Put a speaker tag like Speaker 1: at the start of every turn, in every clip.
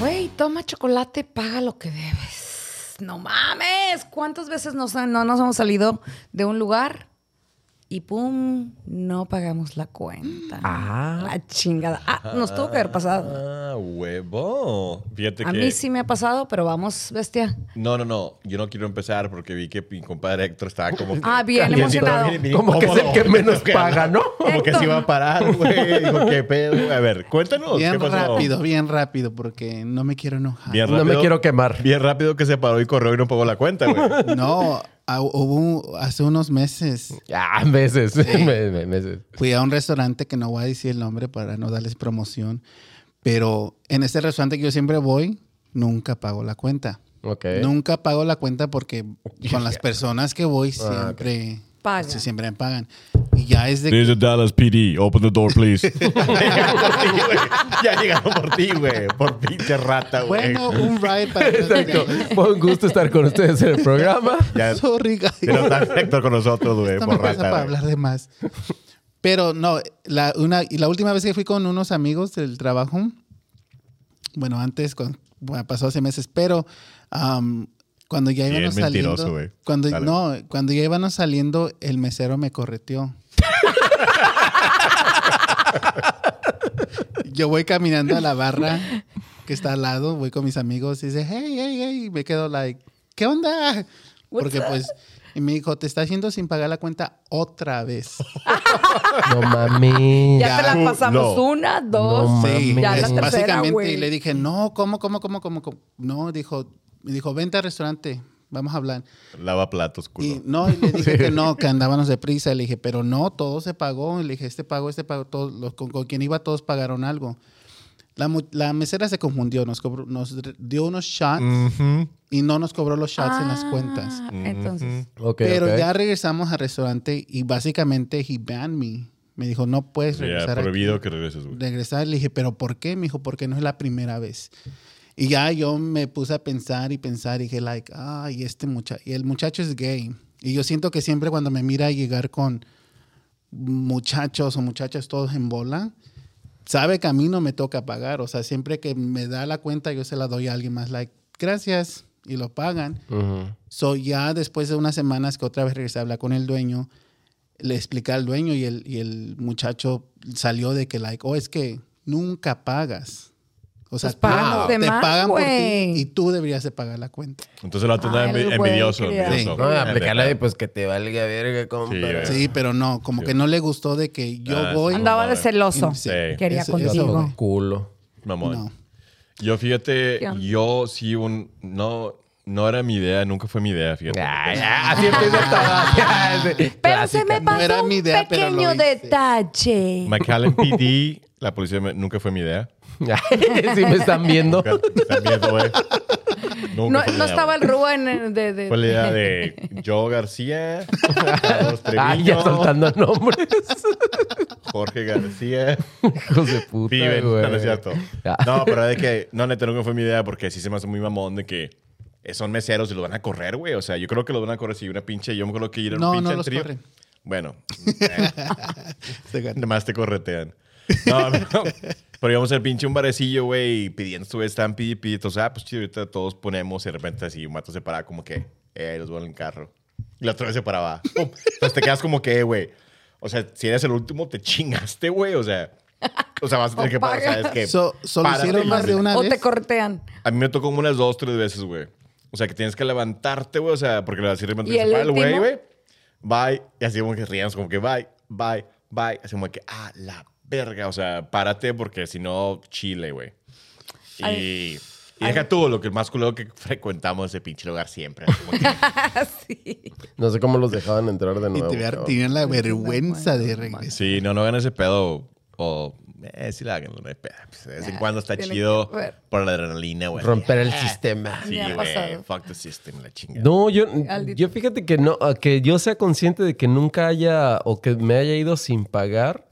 Speaker 1: Güey, toma chocolate, paga lo que debes. No mames, ¿cuántas veces nos, no nos hemos salido de un lugar y pum, no pagamos la cuenta?
Speaker 2: Ah.
Speaker 1: La chingada. Ah, nos tuvo que haber pasado.
Speaker 2: Ah, huevo. Fíjate
Speaker 1: A
Speaker 2: que.
Speaker 1: mí sí me ha pasado, pero vamos, bestia.
Speaker 2: No, no, no. Yo no quiero empezar porque vi que mi compadre Héctor estaba como.
Speaker 1: Ah, bien emocionado.
Speaker 3: Como que es el que menos paga, ¿no?
Speaker 2: Como que se iba a parar, güey. Dijo, qué pedo. A ver, cuéntanos. ¿qué
Speaker 4: Bien
Speaker 2: pasó?
Speaker 4: rápido, bien rápido, porque no me quiero enojar.
Speaker 2: Bien
Speaker 3: No
Speaker 2: rápido.
Speaker 3: me quiero quemar.
Speaker 2: Bien rápido que se paró y corrió y no pagó la cuenta, güey.
Speaker 4: No, a- hubo un- hace unos meses
Speaker 3: Ah, meses. me- me- meses.
Speaker 4: fui a un restaurante que no voy a decir el nombre para no darles promoción, pero en ese restaurante que yo siempre voy, nunca pago la cuenta.
Speaker 3: Ok.
Speaker 4: Nunca pago la cuenta porque con las personas que voy siempre,
Speaker 3: Ah,
Speaker 1: Pagan.
Speaker 4: sí, siempre me pagan. Y ya es de
Speaker 2: This is Dallas PD. Open the door, please. ya llegaron por ti, güey. Por pinche rata, güey.
Speaker 4: bueno, un ride para
Speaker 3: Exacto. Fue un gusto estar con ustedes en el programa.
Speaker 2: Ya
Speaker 4: Sorry, guys.
Speaker 2: se nos da Héctor con nosotros, güey.
Speaker 4: Esto me
Speaker 2: Por
Speaker 4: pasa para
Speaker 2: rata, güey.
Speaker 4: hablar de más. Pero no, la, una, y la última vez que fui con unos amigos del trabajo, bueno, antes, cuando, bueno, pasó hace meses, pero am, cuando ya
Speaker 2: Bien
Speaker 4: íbamos
Speaker 2: mentiroso,
Speaker 4: saliendo.
Speaker 2: güey.
Speaker 4: Cuando,
Speaker 2: Dale.
Speaker 4: no, cuando ya íbamos saliendo, el mesero me correteó. Yo voy caminando a la barra que está al lado, voy con mis amigos y dice, hey, hey, hey, y me quedo like, ¿qué onda? Porque pues, y me dijo, te está haciendo sin pagar la cuenta otra vez.
Speaker 3: No mami.
Speaker 1: Ya te la pasamos
Speaker 2: No.
Speaker 1: una, dos,
Speaker 3: No
Speaker 4: Sí,
Speaker 3: mames.
Speaker 1: ya la
Speaker 4: es
Speaker 1: tercera,
Speaker 4: básicamente y
Speaker 1: güey.
Speaker 4: le dije, no, ¿cómo, cómo, cómo, cómo, cómo? No, dijo, me dijo, vente al restaurante, vamos a hablar.
Speaker 2: Lava platos, culo.
Speaker 4: Y no, y le dije que no, que andábamos deprisa. Le dije, pero no, todo se pagó. Y le dije, este pagó, este pagó, todos, los, con, con quien iba todos pagaron algo. La, mu- la mesera se confundió, nos, cobró- nos re- dio unos shots
Speaker 2: Mm. Ujú.
Speaker 4: y no nos cobró los shots en las cuentas.
Speaker 1: Ah, Entonces,
Speaker 3: Ok,
Speaker 4: pero
Speaker 3: ok.
Speaker 4: ya regresamos al restaurante y básicamente he banned me. Me dijo, no puedes
Speaker 2: Ya,
Speaker 4: regresar. aquí".
Speaker 2: prohibido que regreses, güey.
Speaker 4: regresar. Le dije, ¿pero por qué? Me dijo, porque no es la primera vez. Y ya yo me puse a pensar y pensar. Y dije, like, ay, este muchacho. Y el muchacho es gay. Y yo siento que siempre cuando me mira llegar con muchachos o muchachas todos en bola, sabe que a mí no me toca pagar. O sea, siempre que me da la cuenta, yo se la doy a alguien más, like, gracias. Y lo pagan.
Speaker 3: Ujú.
Speaker 4: So ya después de unas semanas que otra vez regresé a hablar con el dueño, le expliqué al dueño y el, y el muchacho salió de que, like, oh, es que nunca pagas. O sea,
Speaker 1: Pues pagan
Speaker 4: tú-
Speaker 1: los
Speaker 4: te
Speaker 1: demás,
Speaker 4: pagan por ti
Speaker 1: güey.
Speaker 4: y tú deberías de pagar la cuenta.
Speaker 2: Entonces lo
Speaker 1: Ay,
Speaker 2: tendrá
Speaker 1: el güey
Speaker 2: envidioso.
Speaker 1: quería-
Speaker 2: envidioso,
Speaker 4: Sí.
Speaker 2: güey.
Speaker 3: No, aplicarla y pues que te valga verga,
Speaker 2: Sí,
Speaker 3: compa.
Speaker 2: güey.
Speaker 4: Sí, pero no, como que no le gustó de que yo
Speaker 2: Eh, Ah,
Speaker 4: voy.
Speaker 2: sí.
Speaker 1: andaba de
Speaker 2: Sí.
Speaker 1: celoso.
Speaker 4: Sí.
Speaker 1: Quería
Speaker 4: Eso-
Speaker 3: Yo
Speaker 1: contigo.
Speaker 3: tampoco, culo.
Speaker 2: Mamón.
Speaker 4: No.
Speaker 2: Yo fíjate,
Speaker 1: ¿Qué onda?
Speaker 2: yo sí un no no era mi idea, nunca fue mi idea, fíjate.
Speaker 3: Ay, así empieza todo.
Speaker 1: Pero se me
Speaker 4: No
Speaker 1: pasó
Speaker 4: era
Speaker 1: un
Speaker 4: mi idea, pero lo
Speaker 1: pequeño
Speaker 4: hice.
Speaker 1: detalle.
Speaker 2: McAllen PD, la policía me- nunca fue mi idea.
Speaker 3: Si me están viendo.
Speaker 2: Nunca, también, güey.
Speaker 1: No,
Speaker 2: Nunca fue mi
Speaker 1: no
Speaker 2: idea,
Speaker 1: estaba
Speaker 2: güey.
Speaker 1: el Rúa en el de, de-
Speaker 2: Fue la idea de Joe García, Carlos
Speaker 3: Ay, Ah, ya
Speaker 2: Treviño,
Speaker 3: soltando nombres.
Speaker 2: Jorge García,
Speaker 3: Hijos de puta,
Speaker 2: Viven,
Speaker 3: güey.
Speaker 2: no, no es cierto.
Speaker 3: Ya.
Speaker 2: No, pero de que, no, neta, nunca fue mi idea porque sí se me hace muy mamón de que eh, son meseros y los van a correr, güey. O sea, yo creo que los van a correr si una pinche, yo me acuerdo que ir a un
Speaker 4: No,
Speaker 2: pinche
Speaker 4: no los
Speaker 2: trío.
Speaker 4: corren.
Speaker 2: Bueno, eh,
Speaker 4: Se ganó.
Speaker 2: Nomás te corretean. No, pero, pero íbamos al pinche un barecillo, güey, y pidiendo su estampilla y pidiendo, o sea, pues chido, ahorita todos ponemos y de repente así un mato se para como que, eh, ahí los vuelven en el carro. Y la otra vez se paraba. Pum. Entonces te quedas como que, eh, güey. O sea, si eres el último, te chingaste, güey. O sea, o sea, vas a tener
Speaker 1: O
Speaker 2: que pagar. O sea, es que
Speaker 4: So- solo
Speaker 2: párate
Speaker 4: hicieron
Speaker 2: y
Speaker 4: más de
Speaker 2: ábrete.
Speaker 4: una
Speaker 1: o
Speaker 4: vez.
Speaker 1: te cortean.
Speaker 2: A mí me tocó como unas dos, tres veces, güey. O sea, que tienes que levantarte, güey. O sea, porque le vas a decir de repente,
Speaker 1: ¿Y el
Speaker 2: "Para el güey,
Speaker 1: último?
Speaker 2: güey. Bye. Y así como que ríamos, como que bye, bye, bye. Así como que, ah, la verga. O sea, párate porque si no, chile, güey. Y,
Speaker 1: Ay.
Speaker 2: y deja tú lo que más culo que frecuentamos ese pinche lugar siempre. así como que,
Speaker 1: sí.
Speaker 3: No sé cómo los dejaban entrar de
Speaker 4: Y
Speaker 3: nuevo.
Speaker 4: te vean-
Speaker 3: cabrón.
Speaker 4: tenían la vergüenza de regresar.
Speaker 2: sí, no, no hagan ese pedo. O, eh, sí la hagan, no hay pedo. Pues, de vez en
Speaker 1: Ya,
Speaker 2: cuando está
Speaker 1: tiene
Speaker 2: chido
Speaker 1: que ver.
Speaker 2: por la adrenalina, güey.
Speaker 3: Romper el sistema.
Speaker 2: Sí,
Speaker 1: Me ha
Speaker 2: güey.
Speaker 1: pasado.
Speaker 2: Fuck the system, la chingada.
Speaker 3: Ah. No, yo,
Speaker 1: Aldito.
Speaker 3: yo fíjate que no, a que yo sea consciente de que nunca haya o que me haya ido sin pagar.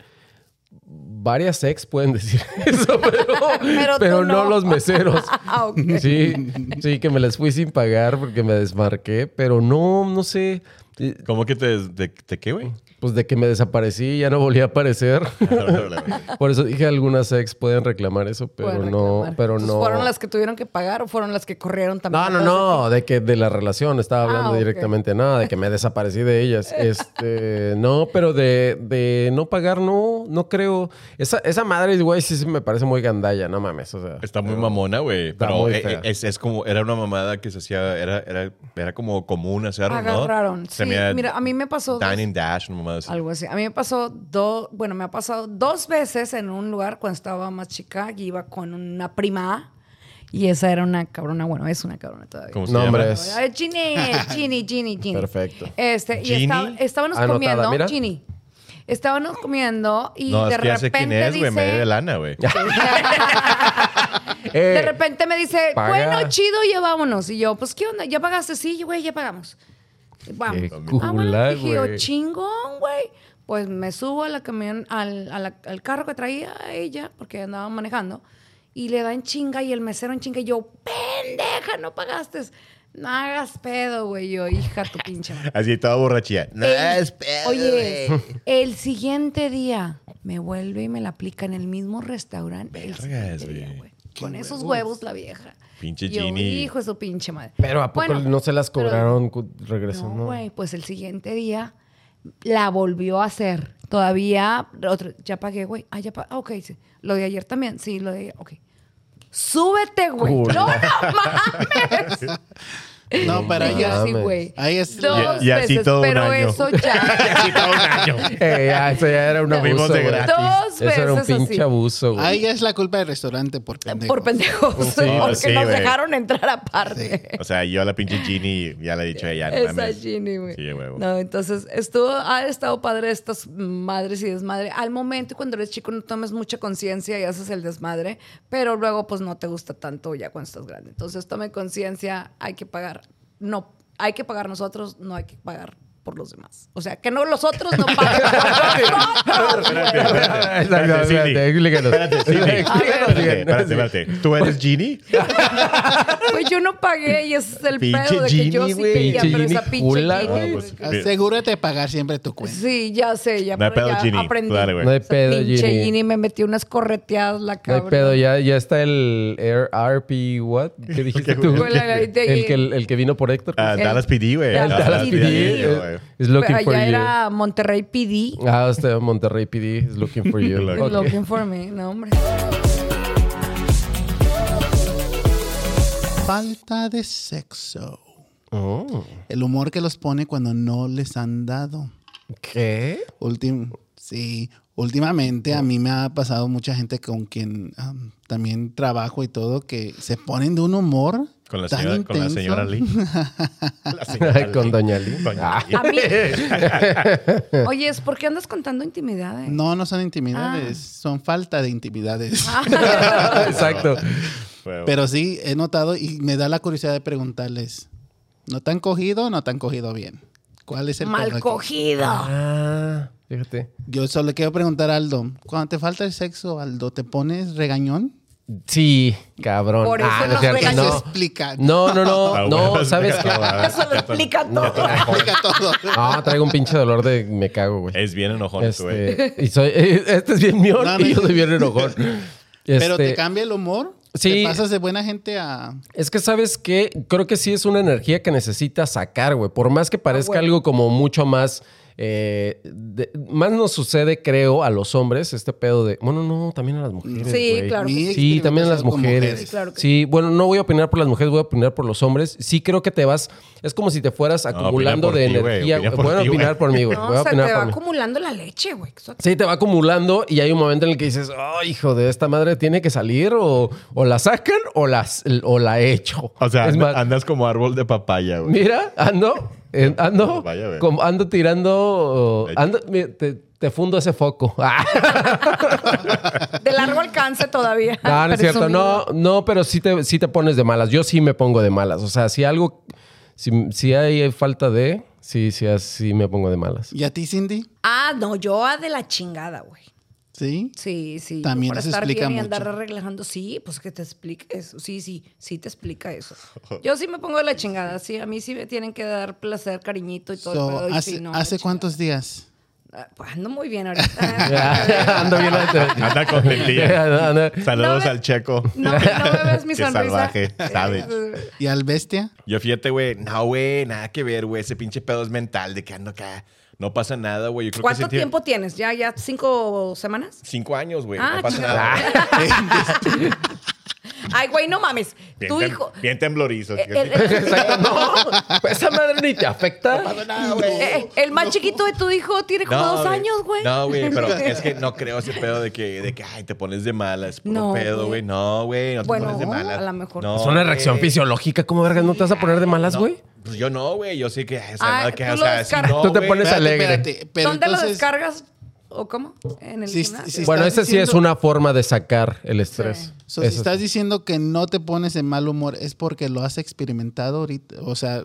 Speaker 3: Varias ex pueden decir eso, pero,
Speaker 1: Pero tú
Speaker 3: pero no.
Speaker 1: no.
Speaker 3: los meseros.
Speaker 1: Ah, ok.
Speaker 3: Sí, sí, que me las fui sin pagar porque me desmarqué, pero no, no sé. Eh,
Speaker 2: ¿Cómo que te, te, te qué, güey?
Speaker 3: pues de que me desaparecí, ya no volví a aparecer. Por eso dije algunas ex pueden reclamar eso, pero
Speaker 1: Pueden
Speaker 3: no,
Speaker 1: reclamar.
Speaker 3: pero
Speaker 1: Entonces,
Speaker 3: no.
Speaker 1: ¿Fueron las que tuvieron que pagar o fueron las que corrieron también?
Speaker 3: No, no, no, de que de la relación estaba hablando
Speaker 1: Ah, ok.
Speaker 3: directamente, nada, de que me desaparecí de ellas. Este, no, pero de, de no pagar, no, no creo. Esa, esa madre, güey, sí, sí me parece muy gandalla, no mames. O sea,
Speaker 2: Está muy mamona, güey.
Speaker 3: Está
Speaker 2: Pero
Speaker 3: muy
Speaker 2: e-
Speaker 3: fea.
Speaker 2: e- es, es como, era una mamada que se hacía, era, era, era como común hacerlo, ¿no?
Speaker 1: Agarraron.
Speaker 2: Se
Speaker 1: Sí,
Speaker 2: llamaba
Speaker 1: mira, a mí me pasó... dos-
Speaker 2: Dine and Dash, una mamada así.
Speaker 1: Algo así. A mí me pasó dos, bueno, me ha pasado dos veces en un lugar cuando estaba más chica y iba con una prima y esa era una cabrona, bueno, es una cabrona todavía.
Speaker 2: ¿Cómo se llama?
Speaker 3: nombres.
Speaker 1: Ay, Ginny, Ginny, Ginny, Ginny.
Speaker 3: Perfecto.
Speaker 1: Este, y
Speaker 2: Ginny.
Speaker 1: estaba- estábamos
Speaker 3: Anotada,
Speaker 1: comiendo,
Speaker 3: mira.
Speaker 1: Ginny. Estábamos comiendo y
Speaker 2: No,
Speaker 1: de
Speaker 2: es que ya sé
Speaker 1: repente
Speaker 2: quién es, güey.
Speaker 1: dice,
Speaker 2: Me debe lana, güey.
Speaker 3: Eh,
Speaker 1: de repente me dice,
Speaker 3: paga.
Speaker 1: bueno, chido, ya vámonos. Y yo, pues, ¿qué onda? ¿Ya pagaste? Sí, güey, ya pagamos. Vamos.
Speaker 3: Qué
Speaker 1: Vámonos.
Speaker 3: culá,
Speaker 1: Dije yo,
Speaker 3: güey.
Speaker 1: chingón, güey. Pues me subo a la camión, al, a la- al carro que traía ella, porque andaba manejando, y le dan chinga y el mesero en chinga. Y yo, pendeja, no pagaste. No hagas pedo, güey. Yo, hija, tu pinche madre".
Speaker 2: Así toda borrachía. No,
Speaker 1: El-
Speaker 2: es pedo,
Speaker 1: Oye,
Speaker 2: güey.
Speaker 1: el siguiente día me vuelve y me la aplica en el mismo restaurante. el
Speaker 2: Vergas,
Speaker 1: siguiente día,
Speaker 2: güey.
Speaker 1: güey. Con esos huevos la vieja.
Speaker 2: Pinche
Speaker 1: Yo,
Speaker 2: Ginny.
Speaker 1: Hijo de su pinche madre.
Speaker 3: pero ¿a poco
Speaker 1: Bueno,
Speaker 3: no se las
Speaker 1: pero-
Speaker 3: cobraron cu- regresando?
Speaker 1: no, güey, pues el siguiente día la volvió a hacer. Todavía, otro, ya pagué, güey. Ah, ya pagué. Ah, ok, sí. Lo de ayer también. Sí, lo de ayer. Ok. Súbete, güey.
Speaker 3: Culo.
Speaker 1: No, no mames.
Speaker 4: No, para
Speaker 1: Y yo
Speaker 4: allá.
Speaker 1: así, güey.
Speaker 4: Ahí es.
Speaker 1: Dos
Speaker 2: Y- y así
Speaker 1: veces,
Speaker 2: todo un
Speaker 1: pero
Speaker 2: año.
Speaker 1: eso ya.
Speaker 3: Eh, ya, eso ya era un
Speaker 1: Nos
Speaker 2: vimos
Speaker 3: abuso.
Speaker 2: de
Speaker 3: güey.
Speaker 2: gratis.
Speaker 1: Dos
Speaker 3: Eso era un
Speaker 1: veces
Speaker 3: pinche
Speaker 1: así.
Speaker 3: abuso, güey.
Speaker 4: Ahí es la culpa del restaurante por pendejo.
Speaker 1: Por pendejos. porque
Speaker 2: sí,
Speaker 1: nos
Speaker 2: güey.
Speaker 1: dejaron entrar aparte.
Speaker 2: O sea, yo a la pinche Ginny ya le he dicho a ella, Ah, no
Speaker 1: Esa
Speaker 2: mames.
Speaker 1: Ginny, güey.
Speaker 2: Sí, huevo.
Speaker 1: No, entonces estuvo, ha estado padre estas madres y desmadre. Al momento, cuando eres chico, no tomas mucha conciencia y haces el desmadre, pero luego, pues no te gusta tanto ya cuando estás grande. Entonces, tome conciencia, hay que pagar. No, hay que pagar nosotros, no hay que pagar por los demás. O sea, que no los otros no paguen por nosotros. güey.
Speaker 2: Espérate, espérate,
Speaker 3: Exacto,
Speaker 2: espérate,
Speaker 3: espérate,
Speaker 2: Cindy.
Speaker 3: explícanos. Explícanos bien.
Speaker 2: Espérate, espérate, espérate. ¿Tú eres Ginny?
Speaker 1: Pues yo no pagué y ese es el
Speaker 2: Pinche
Speaker 1: pedo de que yo
Speaker 2: Ginny,
Speaker 1: sí
Speaker 2: güey.
Speaker 1: quería,
Speaker 3: Pinche
Speaker 1: pero esa
Speaker 3: Ginny
Speaker 1: pinche
Speaker 3: jula,
Speaker 1: Ginny,
Speaker 2: Ah,
Speaker 3: güey. pues,
Speaker 1: güey.
Speaker 2: pues,
Speaker 4: Asegúrate de pagar siempre tu cuenta.
Speaker 1: Sí, ya sé, ya,
Speaker 2: No hay
Speaker 1: pero
Speaker 2: pedo,
Speaker 1: ya
Speaker 2: Ginny.
Speaker 1: aprendí.
Speaker 2: Claro, güey.
Speaker 3: No hay
Speaker 1: Esa
Speaker 3: pedo,
Speaker 1: pinche
Speaker 3: Ginny.
Speaker 1: Ginny me metió unas correteadas la
Speaker 3: No hay
Speaker 1: cabrón.
Speaker 3: pedo, ya, ya está el RP, ¿what? ¿Qué dijiste tú?
Speaker 1: Bueno, ahí te-
Speaker 3: El que, el que vino por Héctor. pues.
Speaker 2: Ah,
Speaker 1: El-
Speaker 2: Dallas PD, güey.
Speaker 1: Dallas
Speaker 3: Dallas
Speaker 1: sí, sí,
Speaker 2: güey,
Speaker 3: PD
Speaker 2: güey.
Speaker 3: is
Speaker 1: Pero
Speaker 3: eh, looking for
Speaker 1: allá
Speaker 3: you.
Speaker 1: era Monterrey PD.
Speaker 3: Ah, usted, Monterrey PD is looking for you.
Speaker 2: Looking.
Speaker 3: Ok.
Speaker 1: Looking for me, no, hombre.
Speaker 4: Falta de sexo.
Speaker 3: Oh.
Speaker 4: El humor que los pone cuando no les han dado.
Speaker 3: ¿Qué?
Speaker 4: Últim- sí, últimamente a mí me ha pasado mucha gente con quien am, también trabajo y todo que se ponen de un humor
Speaker 2: Con la
Speaker 4: tan
Speaker 2: señora, con la
Speaker 4: intenso.
Speaker 2: señora Lee. La señora
Speaker 3: Con
Speaker 2: Lee.
Speaker 3: Doña Ah. Lee.
Speaker 2: Doña Lee.
Speaker 1: A mí. Oye, es porque andas contando eh? intimidades.
Speaker 4: No, no son intimidades, son falta de intimidades.
Speaker 3: Ah, Exacto.
Speaker 2: Huevo.
Speaker 4: Pero sí, he notado y me da la curiosidad de preguntarles, ¿no te han cogido o no te han cogido bien? ¿Cuál es el pedo
Speaker 1: Mal
Speaker 4: aquí?
Speaker 1: cogido.
Speaker 3: Ah, fíjate.
Speaker 4: Yo solo le quiero preguntar a Aldo, cuando te falta el sexo, Aldo, ¿te pones regañón?
Speaker 3: Sí, cabrón.
Speaker 1: Por eso
Speaker 3: Ah, no es
Speaker 1: nos
Speaker 3: cierto,
Speaker 1: regañó.
Speaker 4: Eso
Speaker 3: no.
Speaker 4: explica,
Speaker 3: No, no,
Speaker 2: Ah,
Speaker 3: no,
Speaker 2: huevo,
Speaker 3: no,
Speaker 2: es
Speaker 3: ¿sabes
Speaker 2: mega
Speaker 3: qué?
Speaker 2: clavada.
Speaker 1: Eso lo explica
Speaker 3: No.
Speaker 1: todo.
Speaker 4: explica todo.
Speaker 3: No, traigo un pinche dolor de me cago, güey.
Speaker 2: Es bien enojón, este... güey.
Speaker 3: Este, y soy, este es bien mío
Speaker 4: No, no.
Speaker 3: y yo soy bien enojón.
Speaker 4: Pero
Speaker 3: Este,
Speaker 4: te cambia el humor.
Speaker 3: Sí.
Speaker 4: Te pasas de buena gente a.
Speaker 3: Es que sabes que creo que sí es una energía que necesitas sacar, güey. Por más que parezca
Speaker 1: güey.
Speaker 3: algo como mucho más. eh, de- más nos sucede, creo, a los hombres este pedo de. Bueno, no, también a las mujeres.
Speaker 1: Sí,
Speaker 3: güey.
Speaker 1: claro. que
Speaker 4: Mi
Speaker 3: Sí, también a las
Speaker 4: experimentación con
Speaker 3: mujeres.
Speaker 1: Sí, claro que
Speaker 3: Sí, bueno, no voy a opinar por las mujeres, voy a opinar por los hombres. Sí creo que te vas, es como si te fueras acumulando
Speaker 2: opina
Speaker 3: de
Speaker 2: por ti, güey,
Speaker 3: energía.
Speaker 2: opina por
Speaker 3: Voy a
Speaker 2: ti, güey.
Speaker 3: opinar por mí, güey.
Speaker 1: No,
Speaker 3: voy a
Speaker 1: o sea, te
Speaker 3: opinar
Speaker 1: va
Speaker 3: por mí.
Speaker 1: acumulando la leche, güey. Eso-
Speaker 3: Sí, te va acumulando y hay un momento en el que dices, oh, hijo de esta madre tiene que salir o, o la sacan o, las, o la echo.
Speaker 2: O sea,
Speaker 3: Es
Speaker 2: anda-
Speaker 3: más,
Speaker 2: andas como árbol de papaya, güey.
Speaker 3: mira, ando, eh, ando,
Speaker 2: Vaya, güey.
Speaker 3: como ando tirando,
Speaker 2: Leche.
Speaker 3: ando, mira, te, te fundo ese foco. Ah.
Speaker 1: De largo alcance todavía.
Speaker 3: No, no es cierto. No,
Speaker 1: Presumido.
Speaker 3: no, pero sí te, sí te pones de malas. Yo sí me pongo de malas. O sea, si algo, si, si hay falta de, sí, sí, sí me pongo de malas.
Speaker 4: ¿Y a ti, Cindy?
Speaker 1: Ah, no, yo ah, de la chingada, güey.
Speaker 4: Sí.
Speaker 1: Sí, sí.
Speaker 4: También
Speaker 1: para
Speaker 4: eso
Speaker 1: estar
Speaker 4: explica
Speaker 1: bien y
Speaker 4: mucho.
Speaker 1: andar relajando, sí, pues que te explique eso. Sí, sí, sí te explica eso. Yo sí me pongo de la chingada, sí. A mí sí me tienen que dar placer, cariñito y todo.
Speaker 4: So,
Speaker 1: el pedo, y
Speaker 4: ¿Hace,
Speaker 1: sí, no,
Speaker 4: hace
Speaker 1: la
Speaker 4: cuántos días?
Speaker 1: chingada. Ah, pues ando muy bien ahorita.
Speaker 3: Ya, Ando bien alto.
Speaker 2: Anda contentilla.
Speaker 3: Ya, anda-
Speaker 2: Saludos
Speaker 1: No me-
Speaker 2: al checo.
Speaker 1: No, no me ves mi
Speaker 2: Qué
Speaker 1: sonrisa. Eh,
Speaker 2: salvaje, savage.
Speaker 4: ¿Y al bestia?
Speaker 2: Yo fíjate, güey. No, güey, nada que ver, güey. Ese pinche pedo es mental de que ando acá. No pasa nada, güey. Yo creo que
Speaker 1: ¿Cuánto
Speaker 2: ese tie-
Speaker 1: tiempo tienes? ¿Ya, ya cinco semanas?
Speaker 2: Cinco años, güey.
Speaker 1: Ah,
Speaker 2: no pasa
Speaker 1: chingada.
Speaker 2: nada.
Speaker 1: Ay, güey, no mames.
Speaker 2: Bien,
Speaker 1: Tu
Speaker 2: tem-
Speaker 1: hijo. eh,
Speaker 2: bien temblorizo.
Speaker 1: el- el-
Speaker 3: Exacto, no. pues Esa madre ni te afecta.
Speaker 1: Eh, El más chiquito de tu hijo tiene como dos
Speaker 2: güey.
Speaker 1: años, güey.
Speaker 2: No, güey, pero es que no creo ese pedo de que, de que ay, te pones de malas. Puro
Speaker 1: No,
Speaker 2: pedo,
Speaker 1: güey.
Speaker 2: güey. No, güey, no te
Speaker 1: Bueno,
Speaker 2: pones de malas.
Speaker 1: a lo mejor.
Speaker 2: No,
Speaker 3: Es una reacción
Speaker 2: güey.
Speaker 3: fisiológica. ¿Cómo verga no te vas a poner de malas,
Speaker 2: No,
Speaker 3: güey?
Speaker 2: Pues yo no, güey. Yo sé que. O sea,
Speaker 1: Ah,
Speaker 2: no, que,
Speaker 1: tú
Speaker 2: o
Speaker 1: lo
Speaker 2: sea, si
Speaker 1: descargas.
Speaker 2: no,
Speaker 3: Tú te
Speaker 2: güey.
Speaker 3: pones a- alegre.
Speaker 4: pero
Speaker 1: ¿Dónde lo
Speaker 4: entonces,
Speaker 1: descargas? ¿O cómo? ¿En el
Speaker 4: Sí,
Speaker 1: gimnasio?
Speaker 4: sí.
Speaker 3: Bueno,
Speaker 4: estás
Speaker 3: esa sí es
Speaker 4: diciendo-
Speaker 3: una forma de sacar el estrés.
Speaker 4: so, si
Speaker 3: Eso
Speaker 4: estás diciendo que no te pones en mal humor, es porque lo has experimentado ahorita. O sea,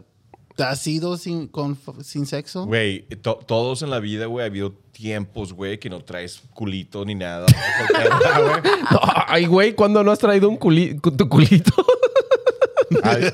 Speaker 4: ¿te has ido sin, con- sin sexo?
Speaker 2: Güey, to- todos en la vida, güey, ha habido tiempos, güey, que no traes culito ni nada. Soltera, güey.
Speaker 3: No, ay, güey, ¿cuándo no has traído un culi- cu- tu culito?
Speaker 2: Ay,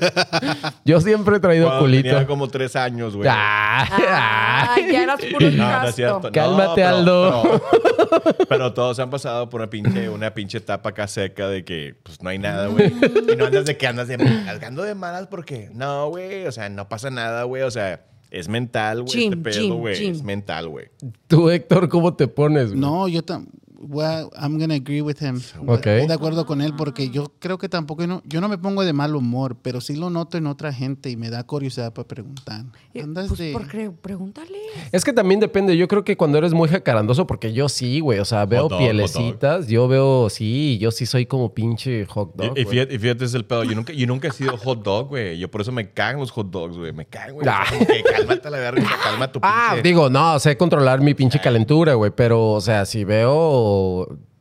Speaker 3: Yo siempre he traído
Speaker 2: cuando
Speaker 3: culito.
Speaker 2: tenía como tres años, güey.
Speaker 3: Ah,
Speaker 1: Ah,
Speaker 3: ay.
Speaker 1: ya eras puro
Speaker 2: No, no es
Speaker 1: gasto.
Speaker 2: cierto. No,
Speaker 3: Cálmate,
Speaker 2: pero-
Speaker 3: Aldo.
Speaker 2: Pero, pero todos han pasado por una pinche, una pinche etapa acá seca de que pues no hay nada, güey. Y no andas de que andas de malas. Ando de malas porque no, güey. O sea, no pasa nada, güey. O sea, es mental, güey. Este
Speaker 1: Chin, chin,
Speaker 2: pedo, güey.
Speaker 1: chin.
Speaker 2: Es mental, güey.
Speaker 3: Tú, Héctor, ¿cómo te pones? güey?
Speaker 4: No, yo tam well, I'm gonna agree with him.
Speaker 3: Ok.
Speaker 4: Estoy de acuerdo con él porque yo creo que tampoco yo no, yo no me pongo de mal humor, pero sí lo noto en otra gente y me da curiosidad para preguntar.
Speaker 1: Eh,
Speaker 4: Andas
Speaker 1: pues,
Speaker 4: de
Speaker 1: por cre- pregúntale.
Speaker 3: Es que también depende. Yo creo que cuando eres muy jacarandoso, porque yo sí, güey. O sea, veo
Speaker 2: Hot dog,
Speaker 3: pielecitas. Yo veo, sí, yo sí soy como pinche hot dog.
Speaker 2: y, y
Speaker 3: güey.
Speaker 2: fíjate, y fíjate, es el pedo. Yo nunca, yo nunca he sido hot dog, güey. Yo por eso me cagan los hot dogs, güey. Me cagan, güey.
Speaker 3: Ah.
Speaker 2: Como que Cálmate la verga, calma tu pinche. Ah.
Speaker 3: Ah, digo, no, sé controlar mi pinche calentura, güey. Pero, o sea, si veo.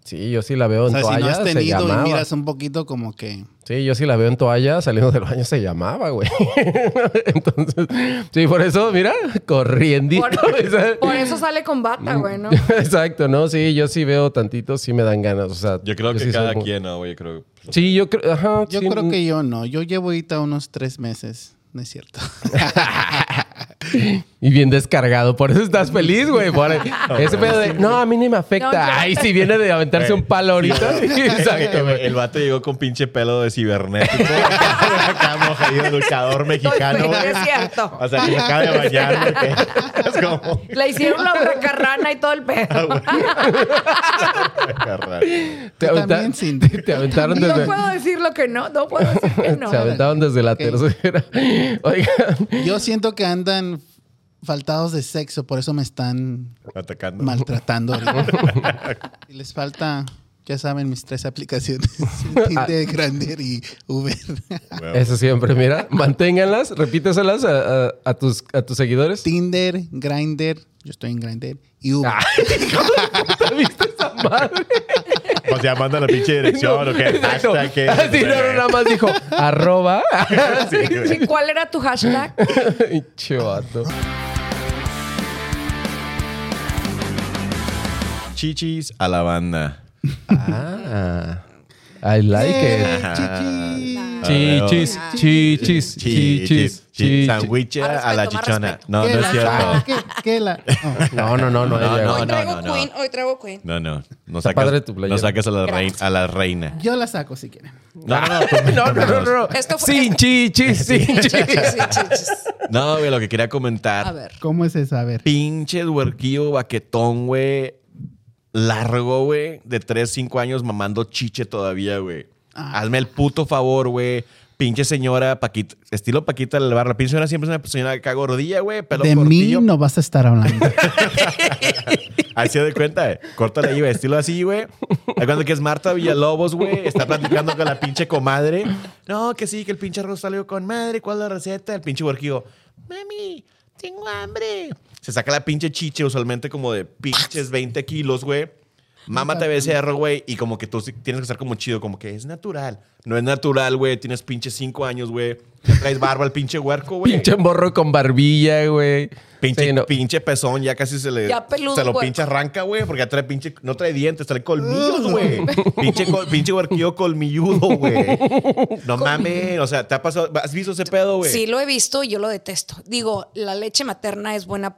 Speaker 3: Sí, yo sí la
Speaker 4: O
Speaker 3: veo en
Speaker 4: sea, si no
Speaker 3: toalla.
Speaker 4: has
Speaker 3: se
Speaker 4: tenido y
Speaker 3: llamaba.
Speaker 4: miras un poquito como que
Speaker 3: Sí, yo sí la veo en toalla saliendo del baño, se llamaba, güey. Entonces, sí, por eso, mira, corriendito.
Speaker 1: Por, por eso sale con bata, güey, ¿no?
Speaker 3: Exacto, ¿no? Sí, yo sí veo tantito, sí me dan ganas. O sea,
Speaker 2: Yo creo que
Speaker 3: sí soy
Speaker 2: cada
Speaker 3: muy-
Speaker 2: quien, ¿no, güey? Yo creo que-
Speaker 3: Sí, yo creo. Ajá,
Speaker 4: yo
Speaker 3: sí,
Speaker 1: mm.
Speaker 4: creo que yo no. Yo llevo ahorita unos tres meses, no es cierto.
Speaker 3: Y bien descargado, por eso estás feliz, güey. por- Ese pedo de. No, a mí ni me afecta.
Speaker 1: No, yo-
Speaker 3: Ay, si viene de aventarse
Speaker 2: Güey,
Speaker 3: un palo ahorita.
Speaker 2: sí, güey.
Speaker 3: Exacto,
Speaker 2: El,
Speaker 3: güey.
Speaker 2: el vato llegó con pinche pelo de cibernético. acá mojado, luchador mexicano.
Speaker 1: Estoy-
Speaker 2: güey.
Speaker 1: es cierto.
Speaker 2: O sea, que se acaba de bañar. güey. Es como...
Speaker 1: Le hicieron la huracarrana y todo el
Speaker 2: Ah,
Speaker 1: pedo.
Speaker 3: Te,
Speaker 4: Yo
Speaker 3: aventa-
Speaker 4: también, Cindy.
Speaker 3: te aventaron desde.
Speaker 1: No puedo decir lo que no, no puedo decir que no.
Speaker 3: se aventaron desde la
Speaker 4: Ok.
Speaker 3: tercera. Oigan.
Speaker 4: Yo siento que andan faltados de sexo, por eso me están
Speaker 2: Atacando.
Speaker 4: maltratando. ahorita. Y les falta, ya saben, mis tres aplicaciones de Grander y Uber.
Speaker 2: Güey.
Speaker 3: Eso siempre, mira, manténganlas, repíteselas a, a- a tus, a tus seguidores.
Speaker 4: Tinder, Grinder, yo estoy en Grinder y Uber.
Speaker 2: Ah,
Speaker 3: ¿Viste esa madre?
Speaker 2: O sea, manda la pinche dirección o qué.
Speaker 3: Exacto.
Speaker 2: Hashtag, qué.
Speaker 3: Así no, no, nada más dijo, arroba.
Speaker 2: Sí, güey.
Speaker 1: Sí, ¿Cuál era tu hashtag?
Speaker 3: Chivato.
Speaker 2: Chichis a la banda.
Speaker 3: Ah, I like
Speaker 1: Ah,
Speaker 3: it.
Speaker 4: Chichi.
Speaker 2: ah,
Speaker 3: Chichis, chichis, chichis, chichis.
Speaker 2: Sandwich a
Speaker 1: Más
Speaker 2: la
Speaker 1: respeto, más
Speaker 2: chichona.
Speaker 1: respeto.
Speaker 2: No, no
Speaker 4: ¿Qué
Speaker 2: es
Speaker 4: la chava?
Speaker 2: cierto.
Speaker 4: ¿Qué- qué la- Oh.
Speaker 3: No, no, no, no.
Speaker 2: No,
Speaker 3: ella-
Speaker 2: no,
Speaker 1: Hoy
Speaker 2: no.
Speaker 1: traigo Queen, hoy traigo Queen.
Speaker 2: No, no. No
Speaker 3: Está
Speaker 2: sacas,
Speaker 3: padre tu playera.
Speaker 2: no sacas a la, reina, a la reina.
Speaker 4: Yo la saco si quieren.
Speaker 2: No, no, no. tú-
Speaker 3: No, no, no, no.
Speaker 1: Esto fue-
Speaker 3: Sin chichis, sin
Speaker 1: Sí,
Speaker 3: chichis.
Speaker 1: sí, chichis.
Speaker 2: No, güey, lo que quería comentar.
Speaker 1: A ver.
Speaker 4: ¿Cómo es esa? A ver.
Speaker 2: pinche duerquillo baquetón, güey. Largo, güey. De 3, 5 años mamando chiche todavía, güey.
Speaker 1: Ah.
Speaker 2: Hazme el puto favor, güey. Pinche señora, Paquita, estilo Paquita del barrio. La pinche señora siempre es una señora acá gordilla, güey. Pelo
Speaker 4: De mí
Speaker 2: cortillo.
Speaker 4: no vas a estar hablando.
Speaker 2: Así de cuenta, eh. Córtale ahí, güey. Estilo así, güey. Hay cuando que es Marta Villalobos, güey. Está platicando con la pinche comadre. No, que sí, que el pinche arroz salió con madre. ¿Cuál es la receta? El pinche huerquillo. Mami, tengo hambre. Se saca la pinche chiche, usualmente como de pinches 20 kilos, güey. Mámate becerro, güey. Y como que tú sí tienes que estar como chido, como que es natural. No es natural, güey. Tienes pinche 5 años, güey. Ya Traes barba al pinche huerco, güey.
Speaker 3: Pinche morro con barbilla, güey.
Speaker 2: Pinche,
Speaker 3: Sí, no.
Speaker 2: pinche pezón, ya casi se le.
Speaker 1: Ya peludo,
Speaker 2: se lo
Speaker 1: güey.
Speaker 2: pinche arranca, güey, porque ya trae pinche. No trae dientes, trae colmillos, güey. pinche col- pinche huerquillo colmilludo, güey. No mames, o sea, ¿te ha pasado? ¿Has visto ese pedo, güey?
Speaker 1: Sí, lo he visto y yo lo detesto. Digo, la leche materna es buena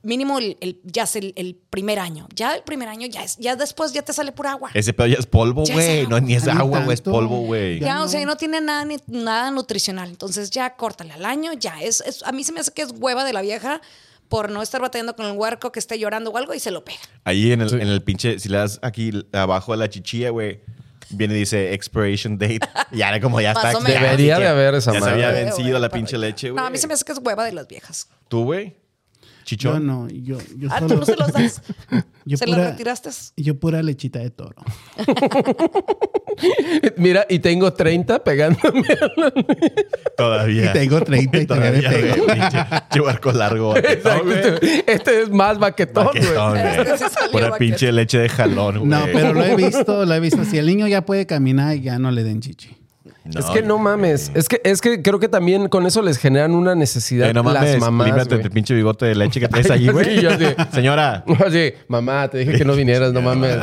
Speaker 1: mínimo el, el- ya es el, el primer año. Ya el primer año, ya, es, ya después ya te sale pura agua.
Speaker 2: Ese pedo ya es polvo,
Speaker 1: Ya es
Speaker 2: güey. No, ni es
Speaker 4: Ni
Speaker 2: agua, güey. Es
Speaker 4: tanto.
Speaker 2: polvo, güey.
Speaker 1: Ya,
Speaker 4: Ya
Speaker 1: o sea,
Speaker 4: no.
Speaker 1: no tiene nada, ni- nada nutricional. Entonces ya córtale al año, ya. Es, es- a mí se me hace que es hueva de la vieja por no estar batallando con el huerco que esté llorando o algo y se lo pega.
Speaker 2: Ahí en el, en el pinche, si le das aquí abajo de la chichilla, güey, viene y dice expiration date. Y ahora como ya
Speaker 1: Más
Speaker 2: está.
Speaker 1: o menos.
Speaker 2: ya,
Speaker 3: Debería
Speaker 2: así
Speaker 3: de
Speaker 2: que
Speaker 3: haber esa
Speaker 2: Ya se
Speaker 3: madre.
Speaker 2: había
Speaker 1: Pero,
Speaker 2: vencido
Speaker 1: güey,
Speaker 2: la
Speaker 1: para
Speaker 2: pinche
Speaker 1: allá.
Speaker 2: leche, güey.
Speaker 1: No, a mí se me hace que es hueva de las viejas.
Speaker 2: ¿Tú, güey?
Speaker 4: Yo
Speaker 2: Chichón.
Speaker 4: no, yo, yo
Speaker 1: Ah,
Speaker 4: solo-
Speaker 1: tú no se los das.
Speaker 4: yo
Speaker 1: ¿Se
Speaker 4: pura-
Speaker 1: las retiraste?
Speaker 4: Yo pura lechita de toro.
Speaker 3: Mira, y tengo 30 pegándome.
Speaker 2: Todavía.
Speaker 4: Y tengo 30 y todavía
Speaker 2: Todavía,
Speaker 4: me pego.
Speaker 2: güey, pinche- pinche barco largo.
Speaker 3: Exacto. Este, este es más baquetón,
Speaker 2: Baquetón,
Speaker 3: güey.
Speaker 2: güey.
Speaker 1: Este se salió
Speaker 2: Pura
Speaker 1: baquetón.
Speaker 2: pinche leche de jalón, güey.
Speaker 4: No, pero lo he visto, lo he visto. Si el niño ya puede caminar, ya no le den chichi.
Speaker 2: No,
Speaker 3: es que no
Speaker 2: güey.
Speaker 3: mames. Es que, es que creo que también con eso les generan una necesidad
Speaker 2: Eh, no mames,
Speaker 3: las mamás.
Speaker 2: límate
Speaker 3: güey.
Speaker 2: el pinche bigote de leche que traes allí,
Speaker 3: Sí,
Speaker 2: güey.
Speaker 3: yo sí.
Speaker 2: Señora,
Speaker 3: Oye, mamá, te dije que no vinieras, no mames.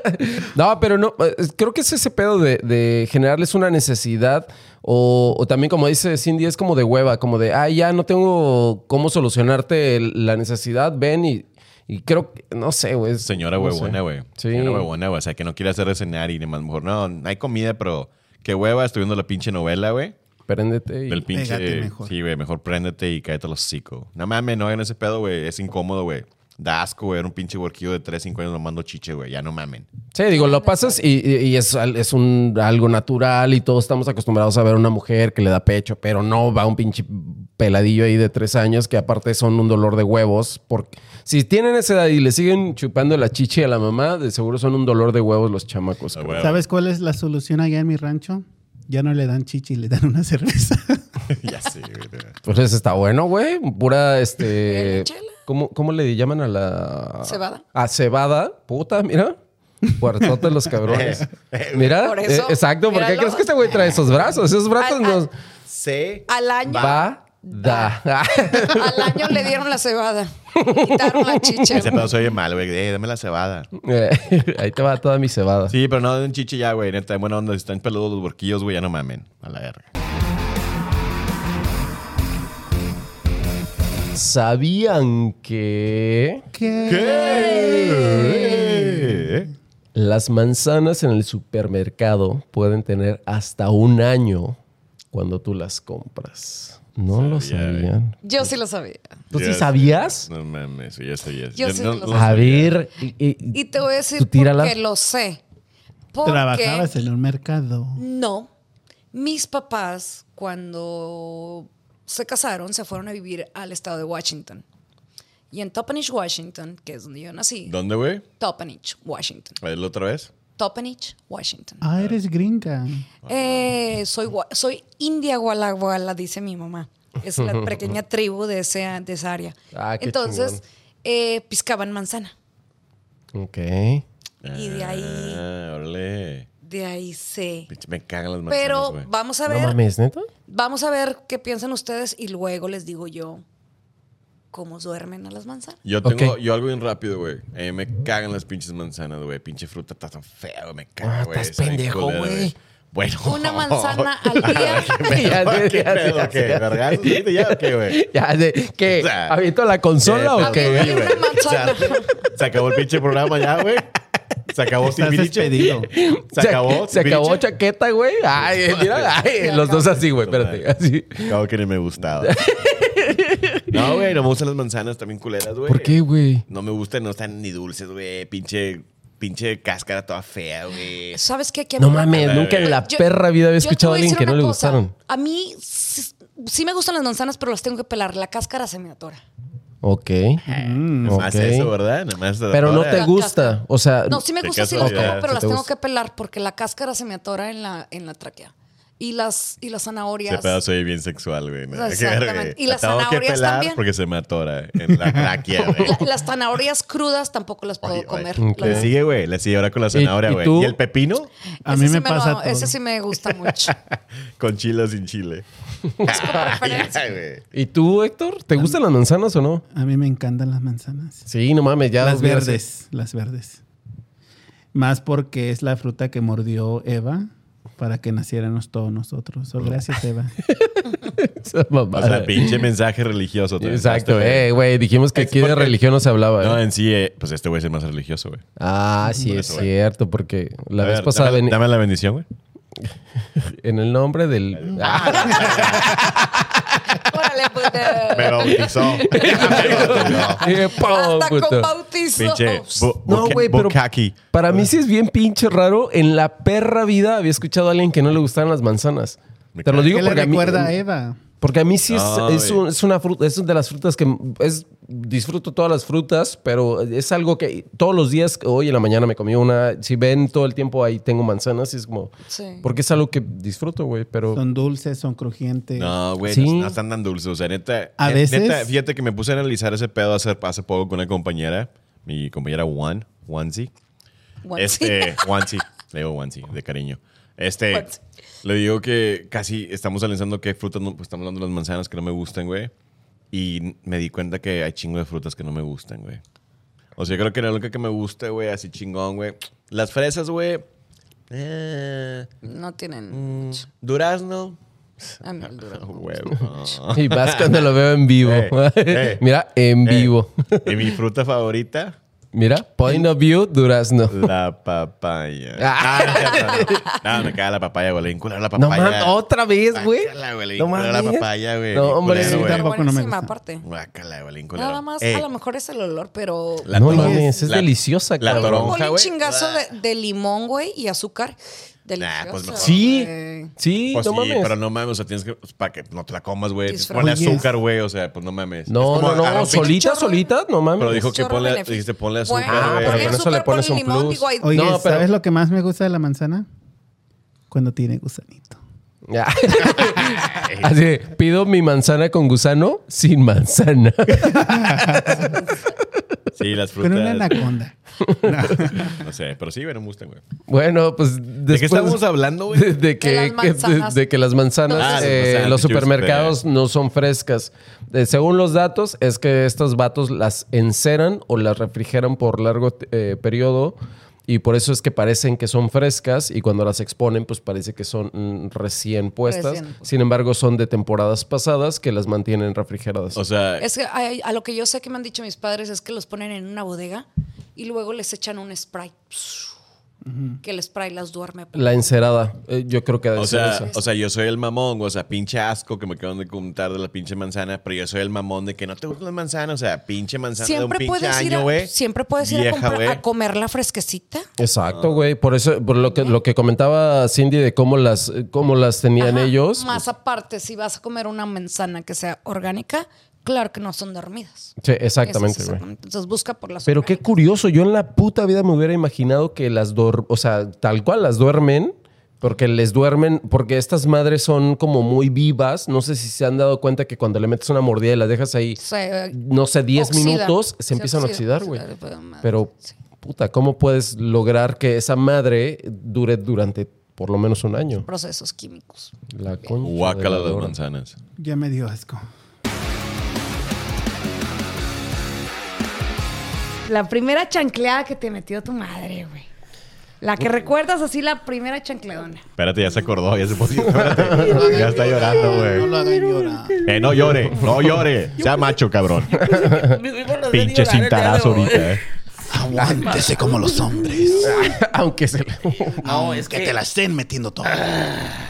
Speaker 3: no, pero no, eh, creo que es ese pedo de, de generarles una necesidad o, o también como dice Cindy, es como de hueva, como de, ah, ya no tengo cómo solucionarte el- la necesidad, ven y, y creo que, no sé, güey. es-
Speaker 2: Señora
Speaker 3: no sé.
Speaker 2: huevona, güey.
Speaker 3: Sí.
Speaker 2: Señora huevona, güey. O sea, que no quiere hacer de cenar y demás. Mejor no, no hay comida, pero qué hueva. Estoy viendo la pinche novela, güey.
Speaker 3: Préndete. y-
Speaker 2: Del pinche.
Speaker 4: Pégate mejor.
Speaker 2: Sí, güey. Mejor préndete y cállate los hocico. No mames, no hagan ese pedo, güey. Es incómodo, güey. Da asco, güey. Era un pinche huerquillo de 3, 5 años nomando chiche, güey. Ya no mamen.
Speaker 3: Sí, digo, lo pasas y, y- y es, al- es un algo natural y todos estamos acostumbrados a ver una mujer que le da pecho, pero no va un pinche peladillo ahí de tres años que aparte son un dolor de huevos. Porque si tienen esa edad y le siguen chupando la chichi a la mamá, de seguro son un dolor de huevos los chamacos.
Speaker 2: Ah,
Speaker 3: creo.
Speaker 2: güey.
Speaker 4: ¿Sabes cuál es la solución allá en mi rancho? Ya no le dan chichi, le dan una cerveza.
Speaker 2: ya sé, güey.
Speaker 3: Pues eso está bueno, güey. Pura, este...
Speaker 1: Chela.
Speaker 3: ¿cómo, ¿Cómo le llaman a la...?
Speaker 1: Cebada.
Speaker 3: A cebada. Puta, mira. Puertotes los cabrones. Mira.
Speaker 1: Por eso,
Speaker 3: eh, exacto. ¿Por qué
Speaker 1: míralo. Ah,
Speaker 3: crees que este güey trae esos brazos? Esos brazos
Speaker 1: Al-
Speaker 3: nos...
Speaker 2: Sí.
Speaker 1: Al año,
Speaker 3: Va. Da.
Speaker 1: al año le dieron la cebada. Quitaron la chicha.
Speaker 2: Ese pedo se oye mal, güey. Eh, dame la cebada.
Speaker 3: Eh, Ahí te va toda mi cebada.
Speaker 2: Sí, pero no den chiche ya, güey. Neta, bueno, donde están peludos los huerquillos, güey. Ya no mamen. A la verga.
Speaker 3: ¿Sabían que
Speaker 4: ¿Qué?
Speaker 2: ¿Qué?
Speaker 3: las manzanas en el supermercado pueden tener hasta un año cuando tú las compras? No lo
Speaker 2: Sabía, güey.
Speaker 3: sabían.
Speaker 1: Yo sí lo sabía.
Speaker 3: ¿Tú sí
Speaker 2: Ya sé.
Speaker 3: sabías?
Speaker 2: No mames, ya sabías.
Speaker 1: Yo sí
Speaker 2: no-
Speaker 1: lo
Speaker 2: no
Speaker 1: sabía.
Speaker 3: A
Speaker 2: sabía.
Speaker 3: ver. y- y-
Speaker 1: Y te voy a decir
Speaker 3: tú tírala.
Speaker 1: porque lo sé. Porque
Speaker 4: Trabajabas en un mercado.
Speaker 1: no. Mis papás, cuando se casaron, se fueron a vivir al estado de Washington. Y en Topanich, Washington, que es donde yo nací.
Speaker 2: ¿Dónde, güey?
Speaker 1: Topanich, Washington.
Speaker 2: A verlo otra vez.
Speaker 1: Topanich, Washington.
Speaker 4: Ah, eres gringa.
Speaker 1: Eh, soy, gua- soy india guala guala, dice mi mamá. Es la pequeña tribu de, ese, de esa área.
Speaker 3: Ah, qué
Speaker 1: Entonces, eh, piscaban manzana.
Speaker 3: Ok.
Speaker 1: Y de ahí,
Speaker 2: Ah, órale.
Speaker 1: de ahí sé.
Speaker 2: Pinche, me cagan las manzanas,
Speaker 1: Pero
Speaker 2: güey.
Speaker 1: vamos a
Speaker 3: No
Speaker 1: ver,
Speaker 3: mames, neta.
Speaker 1: vamos a ver qué piensan ustedes y luego les digo yo cómo duermen a las manzanas.
Speaker 2: Yo tengo,
Speaker 3: Ok.
Speaker 2: yo algo bien rápido, güey. A mí me cagan las pinches manzanas, güey. Pinche fruta está tan fea, güey. Me caga,
Speaker 3: Ah,
Speaker 2: güey.
Speaker 3: estás
Speaker 2: Está bien
Speaker 3: pendejo,
Speaker 2: culera,
Speaker 3: güey.
Speaker 2: Bueno.
Speaker 1: Una manzana al día.
Speaker 3: Ya sé,
Speaker 2: ¿Qué
Speaker 3: ya sé,
Speaker 2: pedo?
Speaker 3: ya
Speaker 2: ¿Qué?
Speaker 3: sé, ya sé.
Speaker 2: ¿Vergazos? ¿Sí? ¿Ya o qué, güey?
Speaker 3: Ya, de, ¿qué?
Speaker 2: O sea,
Speaker 3: ¿Aviento la consola
Speaker 2: Eh,
Speaker 3: o qué?
Speaker 2: pero
Speaker 1: A ver,
Speaker 2: güey.
Speaker 1: una manzana.
Speaker 2: O sea, Se acabó el pinche programa ya, güey. Se acabó
Speaker 4: Estás
Speaker 2: Timbiriche.
Speaker 4: despedido.
Speaker 2: Se acabó.
Speaker 3: Se acabó
Speaker 2: Timbiriche.
Speaker 3: chaqueta, güey. Ay, mira, ay, los dos así, güey. Espérate. Así.
Speaker 2: Acabo que ni me gustaba. No, güey, no me gustan las manzanas también culeras, güey.
Speaker 3: ¿Por qué, güey?
Speaker 2: No me gustan, no están ni dulces, güey. Pinche, pinche cáscara toda fea, güey.
Speaker 1: ¿Sabes qué? Que a
Speaker 3: No
Speaker 1: mí me-
Speaker 3: mames,
Speaker 2: Yo-
Speaker 3: nunca en la
Speaker 1: Yo-
Speaker 3: perra vida había
Speaker 1: yo te voy
Speaker 3: escuchado a alguien
Speaker 1: decir
Speaker 3: que no
Speaker 1: una
Speaker 3: le
Speaker 1: cosa.
Speaker 3: gustaron.
Speaker 1: A mí sí, sí me gustan las manzanas, pero las tengo que pelar. La cáscara se me atora.
Speaker 3: Ok.
Speaker 1: Eh,
Speaker 4: Mm.
Speaker 2: Nada más
Speaker 3: ok.
Speaker 2: eso, ¿verdad? Nada más
Speaker 3: Pero no
Speaker 2: ahora,
Speaker 3: te gusta. O sea,
Speaker 1: No, sí me
Speaker 2: Qué
Speaker 1: gusta, sí las
Speaker 2: casualidad,
Speaker 1: como, pero
Speaker 3: sí
Speaker 1: las
Speaker 3: te
Speaker 1: tengo
Speaker 3: gusta.
Speaker 1: que pelar porque la cáscara se me atora en la, en la tráquea. Y las, y las zanahorias.
Speaker 2: Ese pedazo soy bien sexual, güey. Nada que ver,
Speaker 1: Exactamente.
Speaker 2: güey.
Speaker 1: ¿Y las
Speaker 2: tengo que
Speaker 1: zanahorias
Speaker 2: pelar
Speaker 1: también?
Speaker 2: porque se me atora en la tráquea, güey.
Speaker 1: La- las zanahorias crudas tampoco las puedo
Speaker 2: Oye, oye.
Speaker 1: comer.
Speaker 3: Ok.
Speaker 1: la
Speaker 2: Le
Speaker 1: verdad.
Speaker 2: sigue, güey. Le sigue ahora con la zanahoria,
Speaker 3: ¿Y- y
Speaker 2: güey.
Speaker 3: tú?
Speaker 2: ¿Y el pepino?
Speaker 4: A
Speaker 1: Ese
Speaker 4: mí
Speaker 1: sí
Speaker 4: me
Speaker 1: lo-
Speaker 4: pasa todo.
Speaker 1: Ese sí me gusta mucho.
Speaker 2: Con chile o sin chile. Ah,
Speaker 1: preferencia.
Speaker 2: ya, güey.
Speaker 3: ¿Y tú, Héctor? ¿Te gustan las manzanas o no?
Speaker 4: A mí me encantan las manzanas.
Speaker 3: Sí, no mames, ya. ¿eh?
Speaker 4: las
Speaker 3: hubieras-
Speaker 4: verdes, las verdes. Más porque es la fruta que mordió Eva para que naciéramos todos nosotros. So, gracias, Eva.
Speaker 3: Esa
Speaker 2: O
Speaker 3: mamada.
Speaker 2: sea, pinche mensaje religioso. otra vez.
Speaker 3: Exacto,
Speaker 2: Este-
Speaker 3: eh, güey. Dijimos que
Speaker 2: Es
Speaker 3: aquí de
Speaker 2: porque-
Speaker 3: religión no se hablaba.
Speaker 2: No,
Speaker 3: eh.
Speaker 2: en sí, eh, pues este güey es el más religioso, güey.
Speaker 3: Ah, sí, es
Speaker 2: eso, güey.
Speaker 3: cierto, porque la
Speaker 2: A
Speaker 3: vez
Speaker 2: ver,
Speaker 3: pasada
Speaker 2: Dame,
Speaker 3: ven-
Speaker 2: dame la bendición, güey.
Speaker 3: en el nombre del. Ah,
Speaker 5: Órale, pues, puta.
Speaker 2: Me bautizó.
Speaker 3: eh, pum,
Speaker 5: Hasta
Speaker 3: puto.
Speaker 5: con bautizo.
Speaker 2: Pinche. bu-
Speaker 3: No,
Speaker 2: buque-
Speaker 3: güey, pero
Speaker 2: bukkake.
Speaker 3: para mí sí es bien pinche raro. En la perra vida había escuchado a alguien que no le gustaban las manzanas.
Speaker 2: Me
Speaker 3: Te lo
Speaker 2: cae.
Speaker 3: digo
Speaker 4: ¿Qué le
Speaker 3: porque a mí, eh,
Speaker 4: recuerda
Speaker 2: ¿eh?
Speaker 4: a Eva?
Speaker 3: porque a mí sí es,
Speaker 2: Ah,
Speaker 3: es,
Speaker 2: güey.
Speaker 3: un- es una fruta, es de las frutas que es, disfruto todas las frutas, pero es algo que todos los días, hoy en la mañana me comí una, si ven todo el tiempo ahí tengo manzanas y es como,
Speaker 5: Sí.
Speaker 3: porque es algo que disfruto, güey, pero...
Speaker 4: Son dulces, son crujientes.
Speaker 2: No, güey,
Speaker 3: Sí.
Speaker 2: no, no están tan dulces. O sea, neta.
Speaker 4: A
Speaker 2: eh,
Speaker 4: veces-
Speaker 2: neta, fíjate que me puse a analizar ese pedo hace, hace poco con una compañera, mi compañera Juan, Juanzi.
Speaker 5: Bueno,
Speaker 2: Este, Juanzi. Le digo Juanzi, de cariño. Este,
Speaker 5: Juanzi.
Speaker 2: le digo que casi estamos analizando qué frutas, no- pues estamos hablando de las manzanas que no me gustan, güey. Y me di cuenta que hay chingo de frutas que no me gustan, güey. O sea, yo creo que la única que me gusta, güey, así chingón, güey. Las fresas, güey. eh,
Speaker 5: No tienen.
Speaker 2: mm, durazno.
Speaker 5: Ah, no, el duro.
Speaker 2: Huevo.
Speaker 3: Y vas cuando lo veo en vivo.
Speaker 2: Eh, eh,
Speaker 3: Mira, en
Speaker 2: eh.
Speaker 3: vivo.
Speaker 2: Y mi fruta favorita,
Speaker 3: Mira, point of view, durazno.
Speaker 2: la papaya.
Speaker 3: Ah.
Speaker 2: Ah, no, no, no. No, me caga la papaya, güey. Le vincular la
Speaker 3: No
Speaker 2: papaya.
Speaker 3: mames, otra vez, güey.
Speaker 2: Guácala, güey, le
Speaker 3: No
Speaker 2: vincular la
Speaker 3: mames.
Speaker 2: papaya, güey.
Speaker 3: No,
Speaker 2: bien
Speaker 3: hombre.
Speaker 2: culero, güey.
Speaker 4: Tampoco no me
Speaker 5: buenísima,
Speaker 4: gusta.
Speaker 5: aparte.
Speaker 2: Guácala, güey, le vincular.
Speaker 5: Nada más,
Speaker 2: Eh,
Speaker 5: a lo mejor es el olor, pero.
Speaker 2: la
Speaker 3: no
Speaker 2: toronja.
Speaker 3: mames, es
Speaker 2: La-
Speaker 3: deliciosa,
Speaker 2: la
Speaker 3: cabrón.
Speaker 2: toronja.
Speaker 5: Ponle un
Speaker 2: güey.
Speaker 5: chingazo de, de limón, güey, y azúcar. Delicioso.
Speaker 2: Nah, pues mejor.
Speaker 3: Sí,
Speaker 5: güey.
Speaker 3: sí,
Speaker 2: Pues
Speaker 3: no
Speaker 2: sí,
Speaker 3: mames.
Speaker 2: pero no mames, o sea, tienes que. pues, Para que no te la comas, güey.
Speaker 5: Disfruta.
Speaker 2: Ponle
Speaker 4: Oye,
Speaker 2: azúcar, güey, o sea, pues no mames. Es
Speaker 3: No,
Speaker 2: como
Speaker 3: no, no,
Speaker 2: agarra un pinche-
Speaker 3: solita,
Speaker 5: chorro.
Speaker 3: solita, no mames.
Speaker 2: Pero dijo que
Speaker 5: Chorro
Speaker 2: ponle,
Speaker 5: beneficio.
Speaker 2: dijiste ponle azúcar,
Speaker 5: Bueno,
Speaker 3: Ah,
Speaker 2: güey.
Speaker 3: pero con eso
Speaker 5: azúcar,
Speaker 3: le pones
Speaker 5: ponle
Speaker 3: un
Speaker 5: limón,
Speaker 3: plus.
Speaker 5: digo, ay,
Speaker 4: Oye,
Speaker 3: No, pero-
Speaker 4: ¿sabes lo que más me gusta de la manzana? Cuando tiene gusanito.
Speaker 3: Ya. Así, de, pido mi manzana con gusano sin manzana.
Speaker 2: Sí, las frutas.
Speaker 4: Con una anaconda.
Speaker 2: No sé, pero sí, güey, no me gustan, güey.
Speaker 3: Bueno, pues
Speaker 2: ¿De
Speaker 3: después
Speaker 2: qué estamos hablando, güey?
Speaker 3: de, de que,
Speaker 5: De las
Speaker 3: que- de-
Speaker 5: manzanas.
Speaker 3: de que las manzanas,
Speaker 2: Ah, las
Speaker 3: eh,
Speaker 2: manzanas,
Speaker 3: los
Speaker 2: juice de-
Speaker 3: supermercados no son frescas. Eh, según los datos, es que estos vatos las enceran o las refrigeran por largo eh, periodo y por eso es que parecen que son frescas y cuando las exponen, pues parece que son mm, recién puestas.
Speaker 5: Recién puestas.
Speaker 3: Sin embargo, son de temporadas pasadas que las mantienen refrigeradas.
Speaker 2: O sea,
Speaker 5: Es que a, a lo que yo sé que me han dicho mis padres es que los ponen en una bodega y luego les echan un spray. Que el spray las duerme.
Speaker 3: la encerada, eh, yo creo que ha de
Speaker 2: O
Speaker 3: ser
Speaker 2: sea,
Speaker 3: eso.
Speaker 2: o sea, yo soy el mamón, güey, o sea, pinche asco que me acaban de contar de la pinche manzana, pero yo soy el mamón de que no te gustan las manzanas, o sea, pinche manzana
Speaker 5: Siempre
Speaker 2: de un pinche
Speaker 5: puedes, ir
Speaker 2: año,
Speaker 5: a,
Speaker 2: güey.
Speaker 5: siempre puedes ir a,
Speaker 2: vieja,
Speaker 5: comprar-
Speaker 2: güey.
Speaker 5: a comerla fresquecita.
Speaker 2: Ah.
Speaker 3: Exacto, güey. Por eso, por lo que, lo que comentaba Cindy de cómo las, cómo las tenían
Speaker 5: Ajá.
Speaker 3: ellos.
Speaker 5: Más aparte, si vas a comer una manzana que sea orgánica, claro que no son dormidas.
Speaker 3: Sí,
Speaker 5: Eso
Speaker 3: exactamente,
Speaker 5: es
Speaker 3: güey.
Speaker 5: exactamente. Entonces busca por las
Speaker 3: Pero qué
Speaker 5: orgánicas.
Speaker 3: curioso, yo en la puta vida me hubiera imaginado que las dor, o sea, tal cual las duermen, porque les duermen, porque estas madres son como muy vivas, no sé si se han dado cuenta que cuando le metes una mordida y las dejas ahí,
Speaker 5: Se,
Speaker 3: no sé, 10
Speaker 5: oxida.
Speaker 3: minutos, se
Speaker 5: Se
Speaker 3: empiezan
Speaker 5: oxida,
Speaker 3: a oxidar, güey.
Speaker 5: oxida, puta madre.
Speaker 3: Pero, puta, ¿cómo puedes lograr que esa madre dure durante por lo menos un año?
Speaker 5: procesos químicos.
Speaker 3: La concha de
Speaker 2: Guácala
Speaker 3: la
Speaker 2: las
Speaker 3: lora.
Speaker 2: manzanas.
Speaker 4: Ya me dio asco.
Speaker 1: La primera chancleada que te metió tu madre, güey. La que recuerdas así, la primera chancleadona.
Speaker 2: Espérate, ya se acordó, ya se puso. espérate. ya está llorando,
Speaker 4: No lo
Speaker 2: güey.
Speaker 4: hagan llorar.
Speaker 2: Eh, no llore, no llore. Sea macho, cabrón. Pinche cintarazo ahorita, eh.
Speaker 4: Aguántese como los hombres.
Speaker 3: Aunque se le...
Speaker 4: No, es Ah, que, te la estén metiendo todo.
Speaker 3: Ah.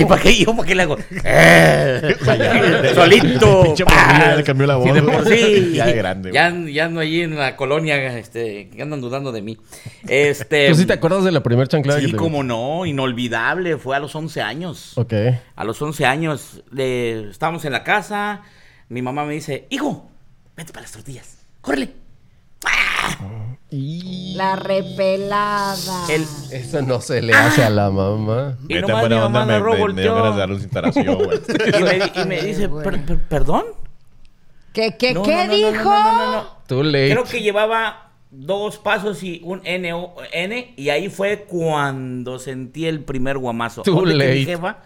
Speaker 6: ¿Y para qué yo? ¿Para qué le hago? Eh, Solito.
Speaker 2: Pinche
Speaker 6: ¡pah!
Speaker 2: morrillo, ya le cambió la voz,
Speaker 6: Sí, de por
Speaker 2: güey.
Speaker 6: sí.
Speaker 2: Ya de grande,
Speaker 6: Ya, ya ando allí en la colonia, este, que andan dudando de mí. Este.
Speaker 3: ¿Tú sí te acuerdas de la primera chanclada que
Speaker 6: Sí,
Speaker 3: te-
Speaker 6: como no, inolvidable. Fue a los 11 años.
Speaker 3: Ok.
Speaker 6: A los 11 años eh, estábamos en la casa. Mi mamá me dice: Hijo, vete para las tortillas. Córrele.
Speaker 1: La repelada.
Speaker 6: El,
Speaker 3: Eso no se le hace a la mamá.
Speaker 6: y
Speaker 2: Neta,
Speaker 6: nomás mi
Speaker 2: buena
Speaker 6: mamá
Speaker 2: onda, me,
Speaker 6: agarró,
Speaker 2: me, me dio
Speaker 6: volteó.
Speaker 2: ganas de dar un cintarazo yo, güey.
Speaker 6: Y me, di- y me dice: "Per- per- ¿Perdón?
Speaker 1: ¿Qué, qué,
Speaker 6: No,
Speaker 1: qué
Speaker 6: no, no, no, no,
Speaker 1: dijo?
Speaker 6: no, no, no.
Speaker 3: Tú le...
Speaker 6: Creo que llevaba dos pasos y un N, o- N y ahí fue cuando sentí el primer guamazo.
Speaker 3: Too
Speaker 6: Donde que mi
Speaker 3: late.
Speaker 6: jefa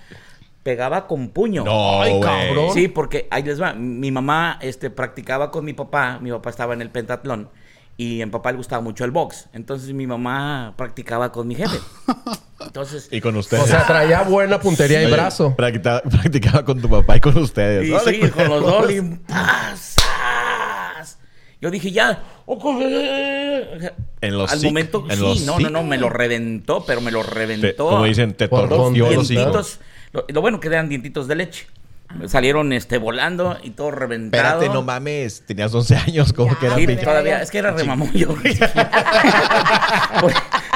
Speaker 6: pegaba con puño.
Speaker 2: No,
Speaker 3: Ay,
Speaker 2: güey.
Speaker 3: cabrón.
Speaker 6: Sí, porque ahí les va. Mi mamá este, practicaba con mi papá. Mi papá estaba en el pentatlón. Y a mi papá le gustaba mucho el box. Entonces mi mamá practicaba con mi jefe. Entonces,
Speaker 2: Y con ustedes.
Speaker 3: O sea, traía buena puntería y
Speaker 2: Oye,
Speaker 3: brazo.
Speaker 2: practica- Practicaba con tu papá y con ustedes.
Speaker 6: y
Speaker 2: Órale,
Speaker 6: sí, con los
Speaker 2: huevos.
Speaker 6: dos y ¡zas! Yo dije, ya. oh, co-
Speaker 2: En los
Speaker 6: eh, Al
Speaker 2: sick,
Speaker 6: momento,
Speaker 2: en
Speaker 6: sí,
Speaker 2: los
Speaker 6: no, no,
Speaker 2: sick.
Speaker 6: no, me lo reventó, pero me lo reventó.
Speaker 2: Te- como dicen, te
Speaker 3: Por
Speaker 2: torció los hijos.
Speaker 6: dientitos. Lo, lo bueno que eran dientitos de leche. Salieron este volando y todo reventado.
Speaker 2: Espérate, no mames. Tenías 11 años. ¿Cómo
Speaker 1: Ya,
Speaker 2: que era
Speaker 6: Sí,
Speaker 1: pinche-
Speaker 6: todavía. Es que era remamón yo. güey. Por-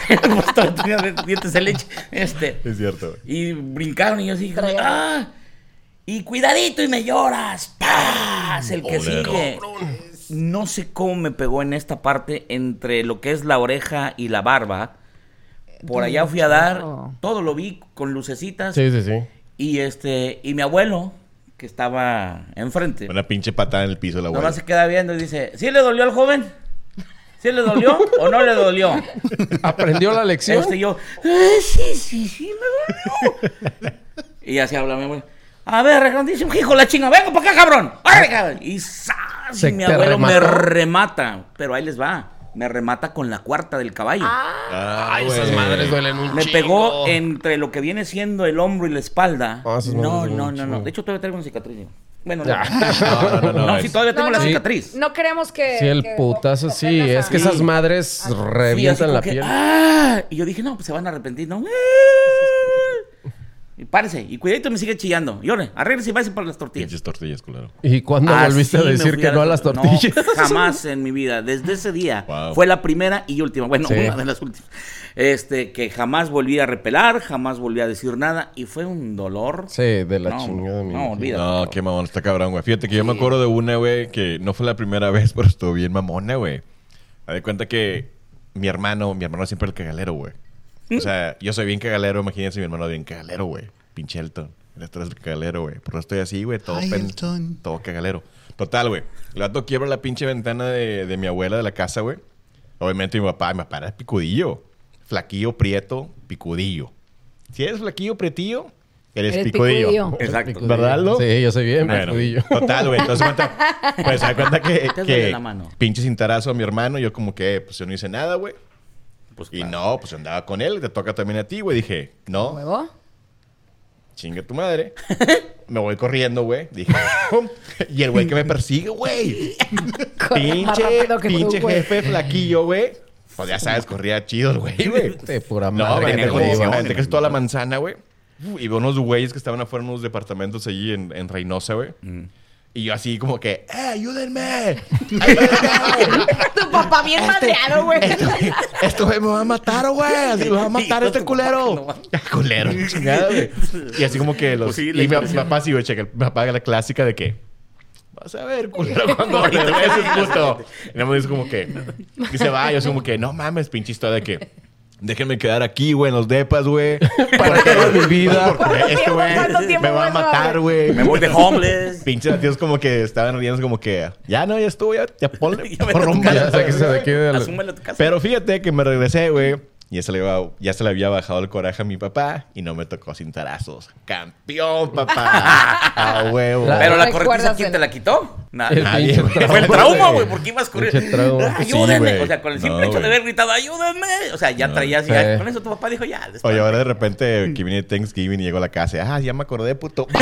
Speaker 6: pues, todo tenía dientes de leche. Este.
Speaker 2: Es cierto, güey.
Speaker 6: Y brincaron y yo así. ¡Ah! Y cuidadito y me lloras. ¡Paz! El que
Speaker 2: Ole,
Speaker 6: sigue. No sé cómo me pegó en esta parte entre lo que es la oreja y la barba. Por allá fui a dar,
Speaker 1: Oh.
Speaker 6: todo lo vi con lucecitas.
Speaker 3: Sí, sí, sí.
Speaker 6: Y este, y mi abuelo, que estaba enfrente,
Speaker 2: Una pinche patada en el piso, la abuela.
Speaker 6: nomás se queda viendo y dice, ¿sí le dolió al joven? ¿Sí le dolió o no le dolió?
Speaker 3: Aprendió la lección.
Speaker 6: Este yo, "Ah, sí, sí, sí, me dolió. y así habla mi abuelo. A ver, grandísimo hijo, de la chinga, venga para acá, cabrón. ¡Órale, cabrón! Y ¡zas!
Speaker 3: Se
Speaker 6: Y mi
Speaker 3: te
Speaker 6: abuelo me
Speaker 3: remató.
Speaker 6: remata. Pero ahí les va. Me remata con la cuarta del caballo.
Speaker 2: Ah. Ay,
Speaker 3: Esas madres duelen un
Speaker 6: Me
Speaker 3: chingo.
Speaker 6: pegó entre lo que viene siendo el hombro y la espalda.
Speaker 3: Ah, esos
Speaker 6: no,
Speaker 3: mames,
Speaker 6: no,
Speaker 3: un
Speaker 6: no, no.
Speaker 3: chingo. Ah.
Speaker 6: De hecho, todavía traigo una cicatriz. yo. Bueno,
Speaker 3: Ya.
Speaker 6: no.
Speaker 2: No, no, no.
Speaker 6: No,
Speaker 2: es-
Speaker 6: sí, todavía tengo
Speaker 1: No,
Speaker 6: la
Speaker 1: no.
Speaker 6: cicatriz.
Speaker 1: No queremos que.
Speaker 3: Sí, el
Speaker 1: que-
Speaker 3: putazo,
Speaker 1: que-
Speaker 3: sí. Es que
Speaker 1: ofendas a-
Speaker 3: esas madres
Speaker 6: Sí, así
Speaker 3: revientan
Speaker 6: como
Speaker 3: la
Speaker 6: que,
Speaker 3: piel.
Speaker 6: ¡ah! Y yo dije, no, pues se van a arrepentir, ¿no? "Ah". Y párese, y cuidadito me sigue chillando. Y ahora, arréglese y váyase para las tortillas.
Speaker 2: Pinches tortillas, culero.
Speaker 3: ¿Y cuándo
Speaker 6: Así
Speaker 3: volviste a
Speaker 6: Ah, me
Speaker 3: decir
Speaker 6: fui
Speaker 3: que no a las tortillas?
Speaker 6: No, jamás en mi vida. Desde ese día
Speaker 2: Wow.
Speaker 6: fue la primera y última. Bueno,
Speaker 3: Sí.
Speaker 6: una de las últimas. Este, que jamás volví a repelar, jamás volví a decir nada. Y fue un dolor.
Speaker 3: Sí, de la
Speaker 6: No,
Speaker 3: chingada. mi
Speaker 6: no,
Speaker 3: hijo.
Speaker 6: olvídalo.
Speaker 2: No, qué mamón, está cabrón, güey. Fíjate que yo me acuerdo de una, güey, que no fue la primera vez, pero estuvo bien mamona, güey. Me de cuenta que mi hermano, mi hermano siempre era el cagalero, güey. O sea, yo soy bien cagalero, imagínense mi hermano bien cagalero, güey. Pinche Elton. Él es el cagalero, güey. Por eso estoy así, güey, todo
Speaker 4: Ay,
Speaker 2: pen-
Speaker 4: Elton.
Speaker 2: Todo cagalero. Total, güey. El gato quiebra la pinche ventana de, de mi abuela de la casa, güey. Obviamente mi papá, mi papá era picudillo. Flaquillo, prieto, picudillo. Si eres flaquillo, prietillo, eres,
Speaker 1: Eres
Speaker 2: picudillo.
Speaker 1: picudillo.
Speaker 6: Exacto.
Speaker 2: ¿Verdad, Aldo?
Speaker 3: Sí, yo soy bien
Speaker 2: Bueno,
Speaker 3: picudillo.
Speaker 2: total, güey. Entonces, cuenta, pues, se da cuenta que,
Speaker 6: Te duele
Speaker 2: que
Speaker 6: la mano.
Speaker 2: pinche cintarazo a mi hermano. Yo como que, pues, yo no hice nada, güey.
Speaker 6: Pues,
Speaker 2: Y
Speaker 6: claro.
Speaker 2: no, pues, andaba con él. Te toca también a ti, güey. Dije, no,
Speaker 1: ¿Huevo?
Speaker 2: chinga tu madre. Me voy corriendo, güey. Dije, pum. y el güey que me persigue, güey.
Speaker 1: Corre más
Speaker 2: Pinche,
Speaker 1: rápido que tú,
Speaker 2: pinche
Speaker 1: güey.
Speaker 2: jefe flaquillo, güey. Pues, ya sabes, corría chido el güey, güey.
Speaker 3: De pura
Speaker 2: No,
Speaker 3: madre.
Speaker 2: me
Speaker 3: que
Speaker 2: aventé
Speaker 3: te
Speaker 2: como- me
Speaker 3: digo.
Speaker 2: aventé casi toda la manzana, güey. Uf, Y veo unos güeyes que estaban afuera en unos departamentos allí en, en Reynosa, güey. Y yo así como que, ¡eh, ayúdenme! ¡Ayúdenme!
Speaker 1: Tu papá bien madreado, güey.
Speaker 2: Esto güey, me va a matar, güey. Así me va a matar este culero. culero, chingada, güey. Y así como que los.
Speaker 6: Pues sí,
Speaker 2: y
Speaker 6: la
Speaker 2: mi, mi
Speaker 6: impresión.
Speaker 2: papá sí, güey, checa. Mi papá haga la clásica de que. Vas a ver, culero, cuando regreses, puto. Y nada más dice como que. Y se va, yo así como que, no mames, pinche historia de que. Déjenme quedar aquí, güey, en los depas, güey. Para
Speaker 3: toda mi vida.
Speaker 2: Porque este
Speaker 1: tiempo? ¿Cuánto
Speaker 2: güey
Speaker 1: tiempo
Speaker 2: me va a
Speaker 1: vas a
Speaker 2: matar,
Speaker 1: ver?
Speaker 2: güey.
Speaker 6: Me voy de homeless.
Speaker 2: Pinches tíos como que estaban riendo como que, ya no, ya estuvo, ya, ya ponle,
Speaker 6: Ya vete a tu
Speaker 2: porrúmbale".
Speaker 3: Ya sé que se de aquí de la-
Speaker 6: Asúmelo a tu casa.
Speaker 2: Pero fíjate que me regresé, güey. Y Ya se, le había, ya se le había bajado el coraje a mi papá y no me tocó sin tarazos. ¡Campeón, papá! ¡A huevo!
Speaker 3: La-
Speaker 6: Pero la
Speaker 1: Recuérdaselo.
Speaker 6: correctiza, ¿quién te la quitó?
Speaker 3: El
Speaker 6: Nada.
Speaker 2: Nadie,
Speaker 3: pinche
Speaker 2: güey.
Speaker 6: Fue el
Speaker 3: trauma,
Speaker 6: trauma,
Speaker 3: Pues, güey.
Speaker 6: güey, porque ibas corriendo.
Speaker 3: Pinche trauma.
Speaker 6: Ayúdenme.
Speaker 2: Sí, güey.
Speaker 6: o sea, con el simple
Speaker 2: No,
Speaker 6: hecho de
Speaker 2: güey.
Speaker 6: haber gritado, ayúdenme. O sea, ya traías, ya.
Speaker 3: Sí.
Speaker 6: Con eso tu papá dijo, ya. les
Speaker 2: Oye,
Speaker 6: pago.
Speaker 2: ahora de repente que viene Thanksgiving y llego a la casa. y, ¡Ah, ya me acordé, puto!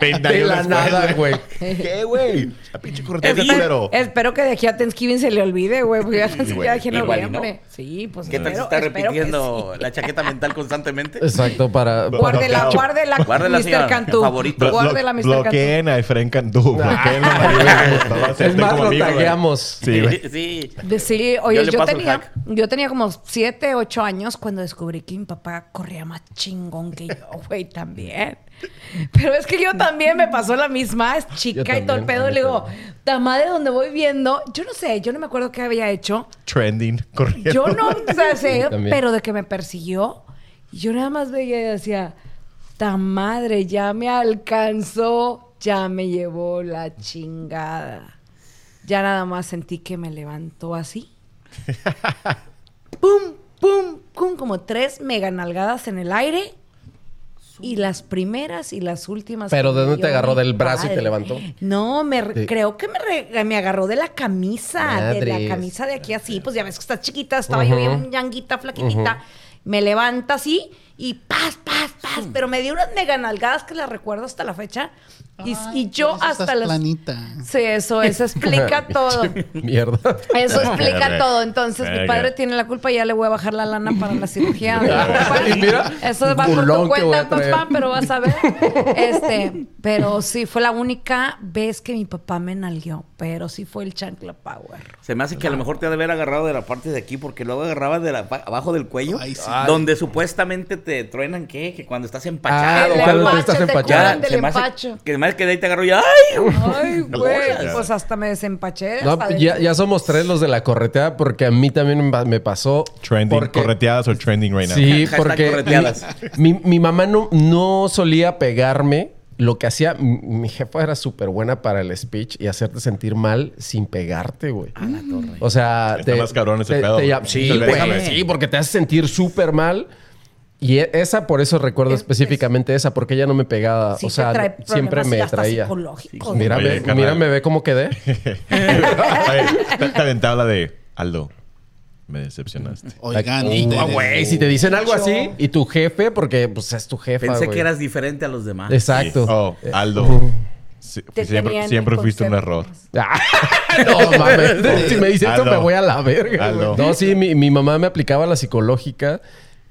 Speaker 3: De la nada, güey.
Speaker 2: ¿Qué, güey? La pinche corteza,
Speaker 6: Evi-
Speaker 2: culero.
Speaker 1: Espero que de aquí a Thanksgiving se le olvide, güey, porque ya estamos
Speaker 2: Igual,
Speaker 1: ya aquí en
Speaker 6: igual y
Speaker 1: noviembre. Sí, pues
Speaker 6: ¿Qué tal si
Speaker 1: espero-
Speaker 6: está
Speaker 1: espero que
Speaker 6: repitiendo
Speaker 1: sí.
Speaker 6: la chaqueta mental constantemente?
Speaker 3: Exacto, para. para-
Speaker 1: Guárdela,
Speaker 2: Pero-
Speaker 1: guárdela,
Speaker 6: Guárdela, señora,
Speaker 1: Mr. Cantú.
Speaker 6: favorito.
Speaker 2: Blo-
Speaker 1: Guárdela,
Speaker 2: blo-
Speaker 1: Mr. Cantú.
Speaker 2: Bloqueen a Efren Cantú. Bloqueen a María Gustavo
Speaker 3: Es
Speaker 2: Acepte
Speaker 3: más,
Speaker 2: como
Speaker 3: lo
Speaker 2: amigo, güey.
Speaker 3: tagueamos.
Speaker 2: Sí, güey.
Speaker 6: sí.
Speaker 1: De- Sí, oye,
Speaker 6: Yo
Speaker 1: yo,
Speaker 6: le paso el hack.
Speaker 1: tenía, yo tenía como siete, ocho años cuando descubrí que mi papá corría más chingón que yo, güey, también. Pero es que yo también me pasó la misma, es
Speaker 3: Yo
Speaker 1: chica y
Speaker 3: también,
Speaker 1: todo el pedo.
Speaker 3: yo
Speaker 1: Y le digo, tamá de donde voy viendo, yo no sé, yo no me acuerdo qué había hecho.
Speaker 2: Trending, corriendo.
Speaker 1: Yo no o sea, sé,
Speaker 3: también.
Speaker 1: pero de que me persiguió, yo nada más veía y decía, ta madre, ya me alcanzó, ya me llevó la chingada. Ya nada más sentí que me levantó así. pum, pum, pum, como tres mega nalgadas en el aire. Y las primeras y las últimas.
Speaker 3: ¿Pero
Speaker 1: que
Speaker 3: de
Speaker 1: me
Speaker 3: dónde te
Speaker 1: dio
Speaker 3: agarró?
Speaker 1: mi
Speaker 3: ¿Del brazo y te
Speaker 1: padre.
Speaker 3: levantó?
Speaker 1: No, me re-
Speaker 3: Sí.
Speaker 1: creo que me, re- me agarró de la camisa, de
Speaker 3: Madres.
Speaker 1: la camisa de aquí así, pues ya ves que estás chiquita, estaba yo
Speaker 3: Ujú.
Speaker 1: bien yanguita, flaquitita. me levanta así y paz, paz, paz. Pero me dio unas mega nalgadas que las recuerdo hasta la fecha. Y,
Speaker 4: Ay,
Speaker 1: y yo
Speaker 4: por eso estás
Speaker 1: hasta las.
Speaker 4: planita.
Speaker 1: Sí, eso, eso explica todo.
Speaker 3: Mierda.
Speaker 1: Eso explica
Speaker 2: Verga.
Speaker 1: todo. Entonces, mi
Speaker 2: Verga.
Speaker 1: padre tiene la culpa y ya le voy a bajar la lana para la cirugía. de la
Speaker 3: Verga.
Speaker 1: culpa.
Speaker 3: Y mira,
Speaker 1: Eso va por
Speaker 3: culón
Speaker 1: tu
Speaker 3: que voy a
Speaker 1: cuenta,
Speaker 3: traer.
Speaker 1: papá, pero vas a ver. Este, pero sí, fue la única vez que mi papá me nalgueó. Pero sí fue el chancla power.
Speaker 6: Se me hace que a lo mejor te ha de haber agarrado de la parte de aquí, porque luego agarrabas de la, pa- abajo del cuello,
Speaker 4: Ay, sí.
Speaker 6: donde supuestamente te truenan, ¿qué? Que cuando estás
Speaker 3: Ah,
Speaker 6: empachado.
Speaker 1: el
Speaker 6: o algo.
Speaker 3: cuando te
Speaker 1: empacho,
Speaker 3: estás
Speaker 1: te
Speaker 3: empachado.
Speaker 1: curan del
Speaker 6: se me hace
Speaker 1: empacho.
Speaker 6: que más que de ahí te agarró y ¡ay! güey!
Speaker 1: Ay, güey.
Speaker 2: Bolas.
Speaker 1: Pues hasta me desempaché.
Speaker 3: No,
Speaker 1: hasta de-
Speaker 3: ya, ya somos tres los de la correteada porque a mí también me- me pasó.
Speaker 2: Trending,
Speaker 3: porque-
Speaker 2: correteadas o trending right now.
Speaker 3: Sí,
Speaker 6: Hashtag
Speaker 3: porque
Speaker 6: correteadas.
Speaker 3: mi, mi mamá no, no solía pegarme. Lo que hacía, mi, mi jefa era súper buena para el speech y hacerte sentir mal sin pegarte, güey.
Speaker 6: A la torre.
Speaker 3: O sea,
Speaker 2: Está más cabrón ese
Speaker 3: te-
Speaker 2: pedo,
Speaker 3: te ya-
Speaker 2: güey.
Speaker 3: sí,
Speaker 2: Entonces,
Speaker 3: güey,
Speaker 2: déjame.
Speaker 3: sí, porque te hace sentir súper mal. Y e- esa, por eso recuerdo
Speaker 1: Es-
Speaker 3: específicamente esa, porque ella no me pegaba.
Speaker 1: Sí
Speaker 3: o
Speaker 1: te
Speaker 3: sea,
Speaker 1: trae problemas
Speaker 3: siempre me
Speaker 1: y hasta
Speaker 3: traía.
Speaker 1: psicológicos.
Speaker 3: Mira,
Speaker 2: Oye,
Speaker 3: ve-
Speaker 2: carnal.
Speaker 3: mira, me ve cómo quedé.
Speaker 2: Oye, te- te aventaba la de Aldo. Me decepcionaste.
Speaker 4: Oigan,
Speaker 3: Ah,
Speaker 4: ustedes-
Speaker 3: güey, si te dicen algo así y tu jefe, porque pues es tu jefa.
Speaker 6: Pensé
Speaker 3: güey.
Speaker 6: que eras diferente a los demás.
Speaker 3: Exacto. Eh, uh-huh.
Speaker 2: Oh, Aldo.
Speaker 3: Ujú.
Speaker 2: sí,
Speaker 1: Te tenían
Speaker 2: siempre siempre
Speaker 1: en
Speaker 2: fuiste un error.
Speaker 1: concepto.
Speaker 3: Ah, no mames. Si me dice eso,
Speaker 2: Aldo.
Speaker 3: me voy a la verga. güey.
Speaker 2: Aldo.
Speaker 3: No, sí, mi, mi mamá me aplicaba la psicológica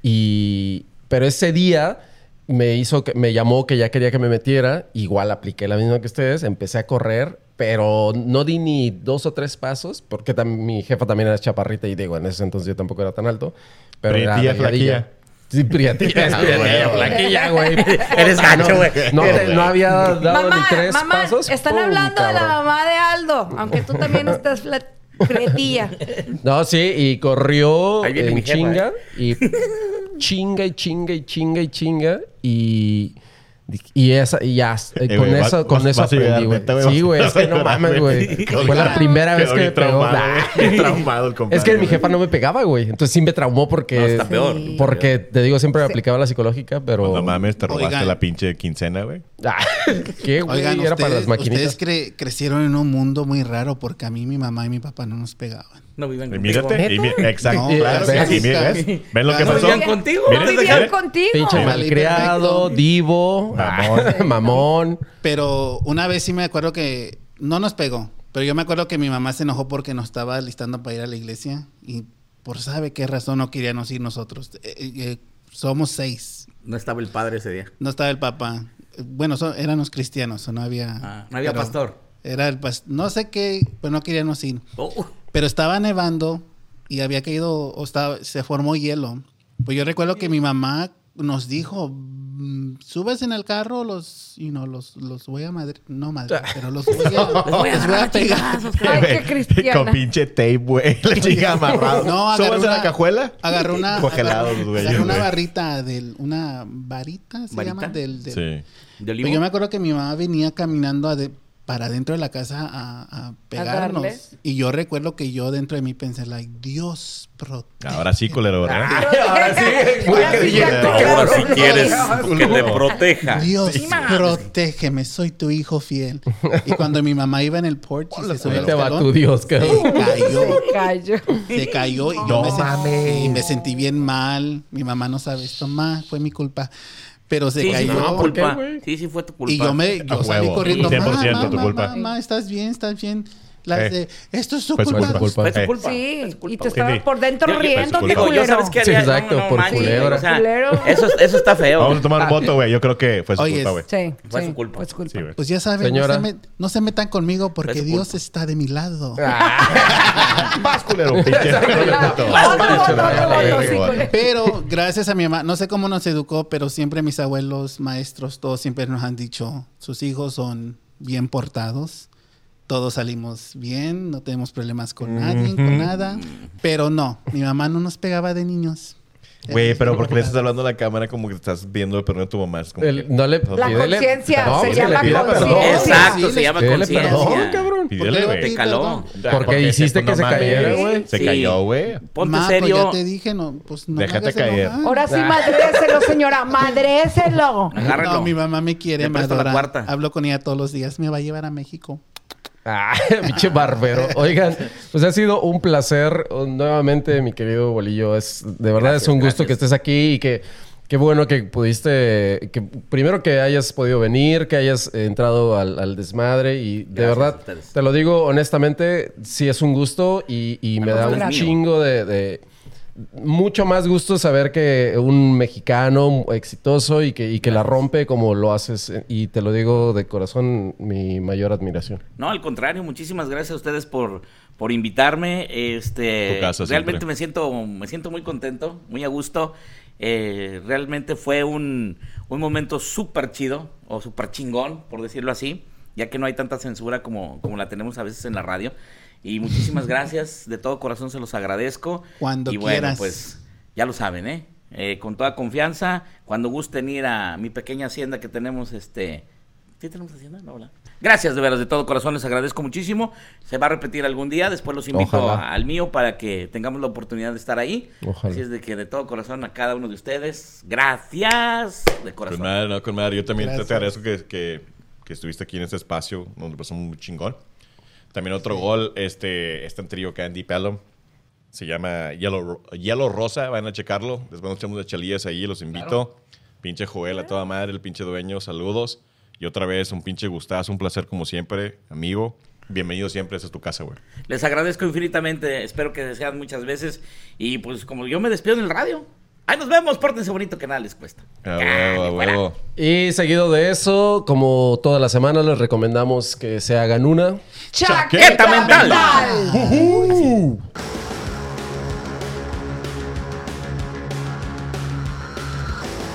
Speaker 3: y. Pero ese día me hizo que, me llamó que ya quería que me metiera. Igual apliqué la misma que ustedes. Empecé a correr, pero no di ni dos o tres pasos porque tam- mi jefa también era chaparrita y digo, en ese entonces yo tampoco era tan alto. Pero era
Speaker 2: Prietilla,
Speaker 3: delgadilla.
Speaker 2: flaquilla.
Speaker 3: Sí, prietilla, es prietilla, flaquilla, güey.
Speaker 6: Eres gacho, güey.
Speaker 3: No, te- no había dado ni
Speaker 1: Mamá,
Speaker 3: tres
Speaker 1: mamá,
Speaker 3: pasos.
Speaker 1: están
Speaker 3: ¡Pum,
Speaker 1: hablando de la
Speaker 3: cabrón!
Speaker 1: mamá de Aldo. Aunque tú también estás fla- pretilla.
Speaker 3: No, sí, y corrió
Speaker 6: Ahí viene
Speaker 3: en
Speaker 6: mi jefa, ¿eh?
Speaker 3: chinga y chinga y chinga y chinga y chinga y y esa y ya
Speaker 2: Eh,
Speaker 3: con
Speaker 2: güey,
Speaker 3: eso
Speaker 2: vas-
Speaker 3: con
Speaker 2: vas-
Speaker 3: eso
Speaker 2: vas a
Speaker 3: aprendí,
Speaker 2: llegar,
Speaker 3: güey.
Speaker 2: neta,
Speaker 3: Sí,
Speaker 2: vas-
Speaker 3: güey, es
Speaker 2: vas a
Speaker 3: que no
Speaker 2: llorar,
Speaker 3: mames, güey.
Speaker 2: güey.
Speaker 3: Fue la primera vez
Speaker 2: Quedó
Speaker 3: que
Speaker 2: bien
Speaker 3: me pegó. Ah,
Speaker 2: traumado, güey. Traumado el compadre.
Speaker 3: Es que mi
Speaker 2: güey.
Speaker 3: jefa no me pegaba, güey. Entonces sí me traumó
Speaker 6: No,
Speaker 3: porque
Speaker 6: está peor.
Speaker 3: porque te digo siempre me aplicaba la psicológica, pero
Speaker 2: No mames, te robaste
Speaker 4: Oigan.
Speaker 2: la pinche quincena, güey.
Speaker 3: Ah, ¿Qué güey?
Speaker 4: Oigan,
Speaker 3: Era para
Speaker 4: ustedes,
Speaker 3: las maquinitas.
Speaker 4: ustedes cre- crecieron en un mundo muy raro porque a mí mi mamá y mi papá no nos pegaban.
Speaker 6: No vivían
Speaker 2: Y
Speaker 6: contigo.
Speaker 2: Mírate. y mi- exacto.
Speaker 4: No,
Speaker 2: claro,
Speaker 3: ves.
Speaker 2: sí, y mi- ¿ves? ¿Ves lo que
Speaker 4: Claro.
Speaker 2: pasó?
Speaker 6: Vivían contigo.
Speaker 2: Miren,
Speaker 1: Vivían
Speaker 6: no
Speaker 2: miren.
Speaker 6: vivían-
Speaker 1: contigo.
Speaker 3: Pinche malcriado,
Speaker 4: Perfecto.
Speaker 3: divo, mamón, mamón.
Speaker 4: Pero una vez sí me acuerdo que no nos pegó, pero yo me acuerdo que mi mamá se enojó porque nos estaba alistando para ir a la iglesia y por sabe qué razón no queríamos ir nosotros. Eh, eh, eh, somos seis,
Speaker 6: No estaba el padre ese día.
Speaker 4: no estaba el papá. Eh, Bueno, so- éramos cristianos, so no había...
Speaker 6: Ah, no había
Speaker 4: pero
Speaker 6: pastor.
Speaker 4: Era el pas- No sé qué, pero no queríamos ir.
Speaker 6: Oh,
Speaker 4: Pero estaba nevando y había caído, o estaba, se formó hielo. Pues yo recuerdo que mi mamá nos dijo, "Mm, subes en el carro, los, y no, los, los voy a madre, no madre, pero los voy a, los voy a pegar.
Speaker 1: Ay, qué cristiana.
Speaker 2: Con pinche tape, güey. La chica amarrada.
Speaker 4: No,
Speaker 2: No,
Speaker 4: agarró
Speaker 2: ¿Sobas en la
Speaker 4: una-
Speaker 2: cajuela?
Speaker 4: Agarró una,
Speaker 2: Congelados,
Speaker 4: agarró-
Speaker 2: güey,
Speaker 4: agarró una
Speaker 2: güey.
Speaker 4: barrita del, una varita se
Speaker 6: ¿Varita?
Speaker 4: llama del, del-
Speaker 2: Sí.
Speaker 6: ¿De
Speaker 4: Pero
Speaker 6: olivo?
Speaker 4: Pues yo me acuerdo que mi mamá venía caminando ade- para dentro de la casa a, a pegarnos.
Speaker 1: darles?
Speaker 4: y yo recuerdo que yo dentro de mí pensé, like, Dios protege.
Speaker 2: Ahora sí, culero, ¿verdad?
Speaker 1: Ah,
Speaker 3: Ahora sí,
Speaker 1: güey,
Speaker 3: Ahora
Speaker 1: que
Speaker 3: sí,
Speaker 1: dijiste,
Speaker 3: cabrón.
Speaker 6: Ahora si
Speaker 1: Dios.
Speaker 6: quieres que te
Speaker 2: Dios. Ah,
Speaker 6: proteja.
Speaker 4: Dios,
Speaker 1: Sí, ma.
Speaker 4: protégeme, soy tu hijo fiel. Y cuando mi mamá iba en el porche y se subió
Speaker 3: Ahí
Speaker 4: al
Speaker 3: te va tu
Speaker 4: escalón,
Speaker 3: Dios, cabrón.
Speaker 4: se cayó,
Speaker 1: Callo.
Speaker 4: se cayó y yo
Speaker 2: No
Speaker 4: me, sen- y me sentí bien mal. Mi mamá no sabe esto más, fue mi culpa. Pero se
Speaker 6: Sí, sí,
Speaker 4: cayó.
Speaker 6: fue tu
Speaker 3: ¿por qué,
Speaker 6: culpa.
Speaker 3: güey?
Speaker 6: Sí, sí, fue tu culpa.
Speaker 4: Y yo me
Speaker 2: A
Speaker 4: yo salí
Speaker 2: huevo.
Speaker 4: corriendo.
Speaker 2: 100%
Speaker 4: mamá,
Speaker 2: tu
Speaker 4: mamá,
Speaker 2: culpa.
Speaker 4: mamá, estás bien, estás bien. Las
Speaker 2: Eh.
Speaker 4: de, esto es su
Speaker 2: Fue su
Speaker 4: culpa.
Speaker 2: culpa.
Speaker 6: Fue tu
Speaker 2: Eh.
Speaker 6: culpa. Fue
Speaker 1: Sí,
Speaker 6: tu
Speaker 1: y
Speaker 6: culpa,
Speaker 1: te
Speaker 6: güey.
Speaker 1: estaba
Speaker 2: Sí.
Speaker 1: por dentro
Speaker 6: Yo- yo-
Speaker 1: riendo,
Speaker 2: Pues,
Speaker 1: qué
Speaker 2: digo,
Speaker 6: Digo, yo
Speaker 1: culero.
Speaker 6: sabes que
Speaker 3: Sí,
Speaker 6: haría.
Speaker 3: exacto, por
Speaker 6: manches,
Speaker 3: culebra.
Speaker 6: o sea,
Speaker 1: Culero.
Speaker 6: Eso, eso está feo.
Speaker 2: Vamos a tomar voto, güey. Yo creo que fue su
Speaker 4: Oye,
Speaker 2: culpa, güey.
Speaker 1: Sí,
Speaker 6: Fue
Speaker 1: sí,
Speaker 6: su culpa.
Speaker 1: Fue su culpa.
Speaker 2: Sí, güey.
Speaker 4: Pues ya saben, no
Speaker 3: Señora.
Speaker 4: se, met- no se metan conmigo porque
Speaker 6: Fue su
Speaker 4: Dios
Speaker 6: culpa.
Speaker 4: está de mi lado.
Speaker 3: Ah.
Speaker 2: Vas, culero, pinche.
Speaker 1: Otro voto, otro voto, sí, culero.
Speaker 4: Pero gracias a mi mamá, no sé cómo nos educó, pero siempre mis abuelos, maestros, todos siempre nos han dicho, sus hijos son bien portados, todos salimos bien, no tenemos problemas con nadie, con nada, pero no, mi mamá no nos pegaba de niños.
Speaker 2: Güey, pero porque le estás hablando a la cámara como que estás viendo el perro de tu mamá. Es como
Speaker 3: El-
Speaker 2: que-
Speaker 3: no le
Speaker 1: La
Speaker 3: pídele-
Speaker 1: conciencia,
Speaker 3: No,
Speaker 1: se
Speaker 3: pues,
Speaker 1: llama
Speaker 3: que le pida perdón.
Speaker 1: conciencia.
Speaker 6: Exacto,
Speaker 4: Sí,
Speaker 6: se
Speaker 4: les-
Speaker 6: llama
Speaker 3: Pídele perdón,
Speaker 6: conciencia.
Speaker 3: cabrón.
Speaker 2: Pídele,
Speaker 4: ¿Por qué
Speaker 2: güey.
Speaker 6: Te caló.
Speaker 4: Perdón.
Speaker 3: Porque hiciste que se cayera, güey.
Speaker 2: Se
Speaker 6: Sí.
Speaker 2: cayó, güey.
Speaker 6: Ponte
Speaker 4: Ma, pues
Speaker 6: serio.
Speaker 4: ya te dije, no, pues no. me
Speaker 2: Déjate
Speaker 4: hagas
Speaker 2: caer.
Speaker 4: enojar.
Speaker 1: Ahora sí, madréselo, señora, madréselo.
Speaker 6: Agárralo.
Speaker 4: No, mi mamá me quiere,
Speaker 6: Le
Speaker 4: me
Speaker 6: presto la
Speaker 4: adora.
Speaker 6: cuarta.
Speaker 4: Hablo con ella todos los días, me va a llevar a México.
Speaker 3: Ah, pinche barbero. Oigan, pues ha sido un placer oh, nuevamente, mi querido Bolillo. Es, de verdad es
Speaker 2: Gracias,
Speaker 3: un gusto
Speaker 2: gracias.
Speaker 3: que estés aquí y que qué bueno que pudiste, que primero que hayas podido venir, que hayas entrado al, al desmadre y de
Speaker 6: Gracias a
Speaker 3: verdad,
Speaker 6: ustedes.
Speaker 3: te lo digo honestamente, sí es un gusto y, y me
Speaker 6: no,
Speaker 3: da
Speaker 6: no
Speaker 3: un
Speaker 6: pues, es mío.
Speaker 3: chingo de- de mucho más gusto saber que un mexicano exitoso y que, y que la rompe como lo haces. Y te lo digo de corazón, mi mayor admiración.
Speaker 6: No, al contrario, muchísimas gracias a ustedes por, por invitarme. Este,
Speaker 2: Tu casa
Speaker 6: realmente
Speaker 2: siempre.
Speaker 6: me siento, me siento muy contento, muy a gusto. Eh, realmente fue un, un momento súper chido, o súper chingón, por decirlo así, ya que no hay tanta censura como, como la tenemos a veces en la radio. Y muchísimas gracias, de todo corazón se los agradezco.
Speaker 4: Cuando
Speaker 6: y bueno,
Speaker 4: quieras.
Speaker 6: pues ya lo saben, ¿eh? Eh, con toda confianza, cuando gusten ir a mi pequeña hacienda que tenemos, este, ¿Sí tenemos hacienda? No, ¿verdad? Gracias, de veras, de todo corazón, les agradezco muchísimo. Se va a repetir algún día, después los invito
Speaker 3: Ojalá.
Speaker 6: a- al mío para que tengamos la oportunidad de estar ahí.
Speaker 3: Ojalá.
Speaker 6: Así es de que de todo corazón a cada uno de ustedes, gracias de
Speaker 2: Con
Speaker 6: corazón.
Speaker 2: madre, no, con madre. Yo también te- te,
Speaker 4: Gracias.
Speaker 2: agradezco que, que- que estuviste aquí en este espacio donde pasamos muy chingón. También otro gol, este, este trío Candy Pelham. Se llama Yellow, Ro- Yellow Rosa, van a checarlo. Después nos echamos de chalías ahí, los invito. Pinche Joel, a toda madre, el pinche dueño, saludos. Y otra vez, un pinche gustazo, un placer como siempre, amigo. Bienvenido siempre, esa es tu casa, güey.
Speaker 6: Les agradezco infinitamente, espero que sean muchas veces. Y pues como yo me despido en el radio, ahí nos vemos, pórtense bonito que nada les cuesta.
Speaker 2: A huevo, a huevo.
Speaker 3: Y seguido de eso, como todas las semanas, les recomendamos que se hagan una.
Speaker 2: Chaqueta
Speaker 1: mental.
Speaker 6: mental.
Speaker 2: ¡Ujú!